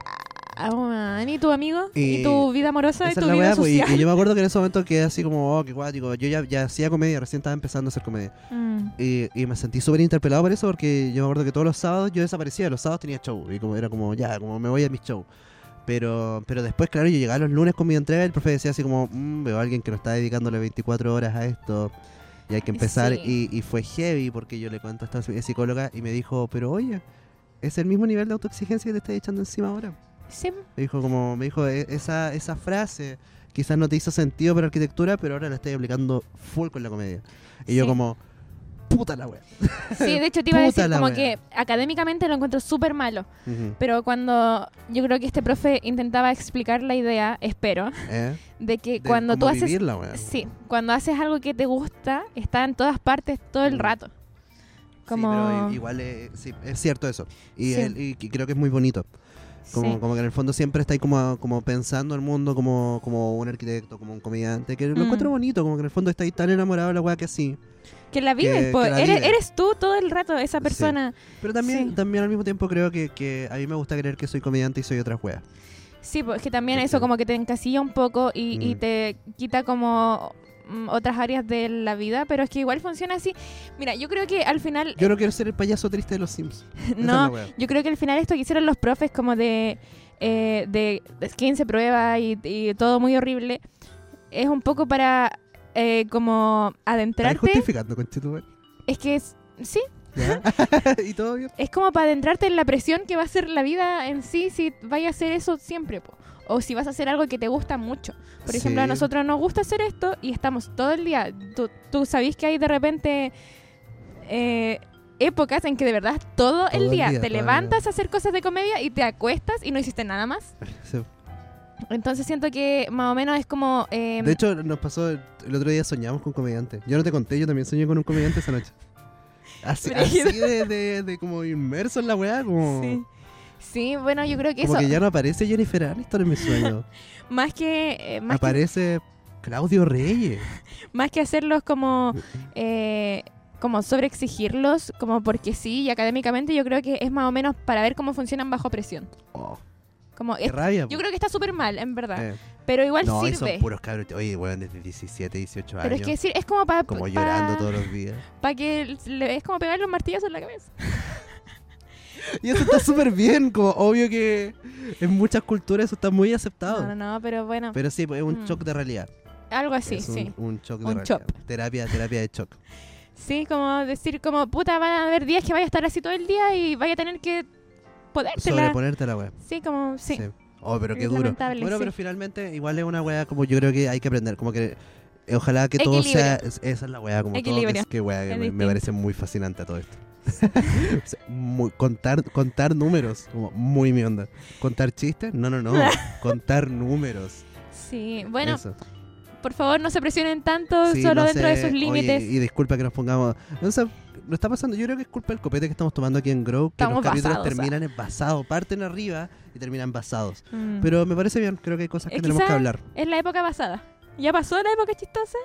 S2: Ah, man, ¿Y tu amigo? ¿Y,
S1: Y-
S2: tu vida amorosa? ¿Y
S1: Esa
S2: tu
S1: es
S2: vida
S1: la weá, pues, y,
S2: social?
S1: y yo me acuerdo que en ese momento quedé así como, oh, qué cuático. Yo ya, ya hacía comedia, recién estaba empezando a hacer comedia.
S2: Mm.
S1: Y, y me sentí súper interpelado por eso porque yo me acuerdo que todos los sábados yo desaparecía, los sábados tenía show y como era como, ya, como me voy a mis show. Pero, pero después, claro, yo llegaba los lunes con mi entrega y el profe decía así como, "Mm, veo a alguien que no está dedicándole 24 horas a esto y hay que empezar.
S2: Sí.
S1: Y, y fue heavy porque yo le cuento a esta psicóloga y me dijo, pero oye, es el mismo nivel de autoexigencia que te estás echando encima ahora.
S2: Sí.
S1: Me dijo como, me dijo, "E- esa, esa frase quizás no te hizo sentido para arquitectura, pero ahora la estoy aplicando full con la comedia. Y yo
S2: Sí.
S1: como, puta la wea.
S2: Sí, de hecho te iba a
S1: Puta
S2: decir
S1: la
S2: como
S1: wea.
S2: que académicamente lo encuentro súper malo,
S1: Ujú.
S2: pero cuando yo creo que este profe intentaba explicar la idea, espero,
S1: ¿Eh?
S2: de que
S1: De
S2: cuando tú
S1: cómo
S2: haces
S1: vivir la wea.
S2: Sí, cuando haces algo que te gusta, está en todas partes todo
S1: Mm.
S2: el rato. Como
S1: Sí, pero i- igual eh, sí, es cierto eso. Y,
S2: Sí.
S1: el- y que creo que es muy bonito. Como,
S2: Sí.
S1: como que en el fondo siempre estáis como, como pensando el mundo como, como un arquitecto, como un comediante, que lo
S2: Mm.
S1: encuentro bonito, como que en el fondo estáis tan enamorado de la weá que sí.
S2: que la vives,
S1: que-
S2: po.
S1: que la
S2: eres,
S1: vives.
S2: eres tú todo el rato esa
S1: Sí.
S2: persona.
S1: Pero también,
S2: Sí.
S1: también al mismo tiempo creo que, que a mí me gusta creer que soy comediante y soy otras weas.
S2: Sí, porque que también
S1: ¿Cachai?
S2: eso como que te encasilla un poco y, y
S1: Mm.
S2: te quita como mm, otras áreas de la vida, pero es que igual funciona así. Mira, yo creo que al final
S1: Yo no quiero ser el payaso triste de los Sims. Esa es la
S2: no,
S1: wea.
S2: yo creo que al final esto que hicieron los profes como de, eh, de 15 pruebas y, y todo muy horrible, es un poco para eh, como
S1: Estáis
S2: adentrarte.
S1: justificando, conchetumare.
S2: Es que es, sí,
S1: Ya. y todo bien.
S2: es como para adentrarte en la presión que va a ser la vida en sí si vaya a hacer eso siempre, po. o si vas a hacer algo que te gusta mucho. Por ejemplo, a
S1: Sí.
S2: nosotros nos gusta hacer esto y estamos todo el día. Tú, tú sabís que hay de repente eh, épocas en que de verdad todo,
S1: Todo el
S2: el día
S1: día, todo
S2: te
S1: el
S2: levantas a hacer cosas de comedia y te acuestas y no hiciste nada más.
S1: Sí.
S2: Entonces siento que más o menos es como... eh,
S1: De hecho, nos pasó el el otro día soñamos con comediante. Yo no te conté, yo también soñé con un comediante esa noche. Así, así
S2: Brígido.
S1: de, de- de como inmerso en la weá, como,
S2: sí. Sí, bueno, yo creo que
S1: como
S2: eso,
S1: que ya no aparece Jennifer Aniston en mi sueño.
S2: más, que, eh, más que
S1: aparece Claudio Reyes.
S2: más que hacerlos como eh, como sobreexigirlos como porque sí y académicamente yo creo que es más o menos para ver cómo funcionan bajo presión
S1: Oh,
S2: como
S1: qué pues.
S2: es-
S1: rabia.
S2: yo creo que está súper mal en verdad
S1: Eh,
S2: pero igual
S1: no, y
S2: sirve
S1: son puros cabros. Oye, weón, desde 17, 18
S2: pero es
S1: años.
S2: que sir- es como para
S1: como llorando todos los días.
S2: que le, es como pegarle un martillazo en la cabeza
S1: Y eso está súper bien, como obvio que en muchas culturas eso está muy aceptado.
S2: no no no pero bueno
S1: Pero sí, pues, es un
S2: Mm.
S1: shock de realidad.
S2: algo así
S1: es un,
S2: sí
S1: un shock de
S2: Un
S1: realidad.
S2: chop.
S1: Terapia, terapia de shock.
S2: sí como decir como puta van a haber días que vaya a estar así todo el día y vaya a tener que podértela
S1: Sobreponerte a la wea.
S2: sí como sí,
S1: Oh, pero qué
S2: Es
S1: duro.
S2: lamentable,
S1: bueno,
S2: sí.
S1: pero finalmente igual es una wea como yo creo que hay que aprender, como que eh, ojalá que todo sea
S2: Equilibrio.
S1: es- esa es la wea como todo-
S2: Equilibrio.
S1: es que wea que me,
S2: Es
S1: me
S2: distinto.
S1: parece muy fascinante todo esto. O sea, muy- contar contar números, como muy mi onda. Contar chistes? No, no, no. contar números.
S2: sí. bueno
S1: Eso.
S2: por favor no se presionen tanto
S1: Sí,
S2: solo
S1: no
S2: dentro
S1: sé,
S2: de sus
S1: oye,
S2: límites
S1: y, disculpa que nos pongamos. No sé, lo está pasando. Yo creo que es culpa del copete que estamos tomando aquí en Grow. Que los
S2: Estamos
S1: capítulos
S2: basados,
S1: terminan envasados. Parten arriba y terminan basados.
S2: Mm.
S1: Pero me parece bien. Creo que hay cosas que
S2: Eh,
S1: tenemos que
S2: quizá-
S1: hablar.
S2: Es la época pasada. ¿Ya pasó la época chistosa?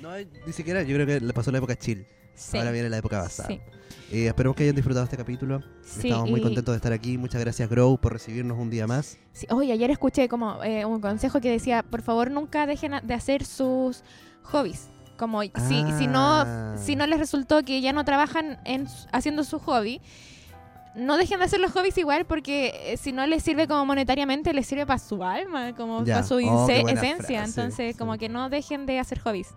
S1: No, eh, ni siquiera. Yo creo que le pasó la época chill.
S2: Sí.
S1: Ahora viene la época basada.
S2: Sí.
S1: Eh, esperemos que hayan disfrutado este capítulo.
S2: sí,
S1: Estamos muy
S2: y-
S1: contentos de estar aquí. Muchas gracias, Grow, por recibirnos un día más.
S2: sí. Oye, ayer escuché como eh, un consejo que decía, por favor, nunca dejen a- de hacer sus hobbies. Como si, si no
S1: Ah.
S2: si no les resultó que ya no trabajan en, s- haciendo su hobby, no dejen de hacer los hobbies igual porque eh, si no les sirve como monetariamente, les sirve para su alma, como
S1: Ya.
S2: para su
S1: Oh, qué
S2: inse-
S1: buena
S2: esencia.
S1: frase,
S2: Entonces,
S1: sí.
S2: como que no dejen de hacer hobbies.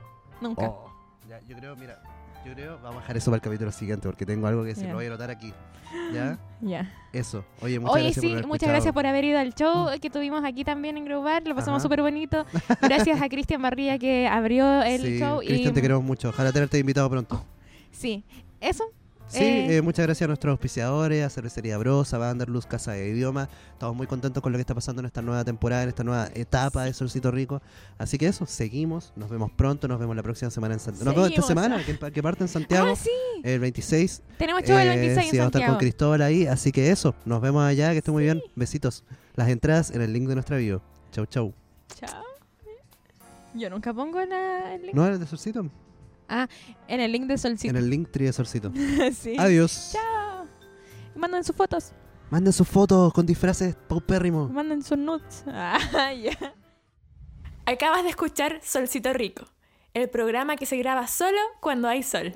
S2: Nunca.
S1: Oh, ya, yo creo, mira. Yo creo, vamos a dejar eso para el capítulo siguiente porque tengo algo que decir.
S2: Ya.
S1: Lo voy a anotar aquí. ¿Ya?
S2: Ya.
S1: Eso. Oye, muchas
S2: Oye,
S1: gracias
S2: sí,
S1: por haber
S2: muchas
S1: escuchado. Mm.
S2: gracias por haber ido al show que tuvimos aquí también en Grubar. Lo pasamos
S1: Ajá.
S2: súper bonito. Gracias a Cristian Barría que abrió el
S1: sí,
S2: show.
S1: Cristian,
S2: y,
S1: te queremos mucho. Ojalá tenerte invitado pronto.
S2: Sí, eso.
S1: Sí,
S2: Eh.
S1: eh, muchas gracias a nuestros auspiciadores, a Cervecería Brosa, Vanderluz, Casa de Idioma. Estamos muy contentos con lo que está pasando en esta nueva temporada, en esta nueva etapa de Solcito Rico. Así que eso, seguimos. Nos vemos pronto, nos vemos la próxima semana en Santiago. Nos vemos esta
S2: Seguimos.
S1: semana, que, pa- que parte en Santiago,
S2: Ah, sí,
S1: el 26.
S2: tenemos show el
S1: Eh,
S2: 26
S1: sí,
S2: en
S1: vamos a estar con
S2: Santiago.
S1: Cristóbal ahí. Así que eso, nos vemos allá, que esté muy bien. Besitos. Las entradas en el link de nuestra bio. Chau, chau.
S2: Chao. Yo nunca pongo la- el link.
S1: ¿No era de Solcito?
S2: En el link de Solcito.
S1: En el link tri de Solcito.
S2: sí.
S1: Adiós.
S2: Chao. Manden sus fotos,
S1: Manden sus fotos con disfraces paupérrimos.
S2: manden sus nudes. Ah, ya.
S5: Acabas de escuchar Solcito Rico, el programa que se graba solo cuando hay sol.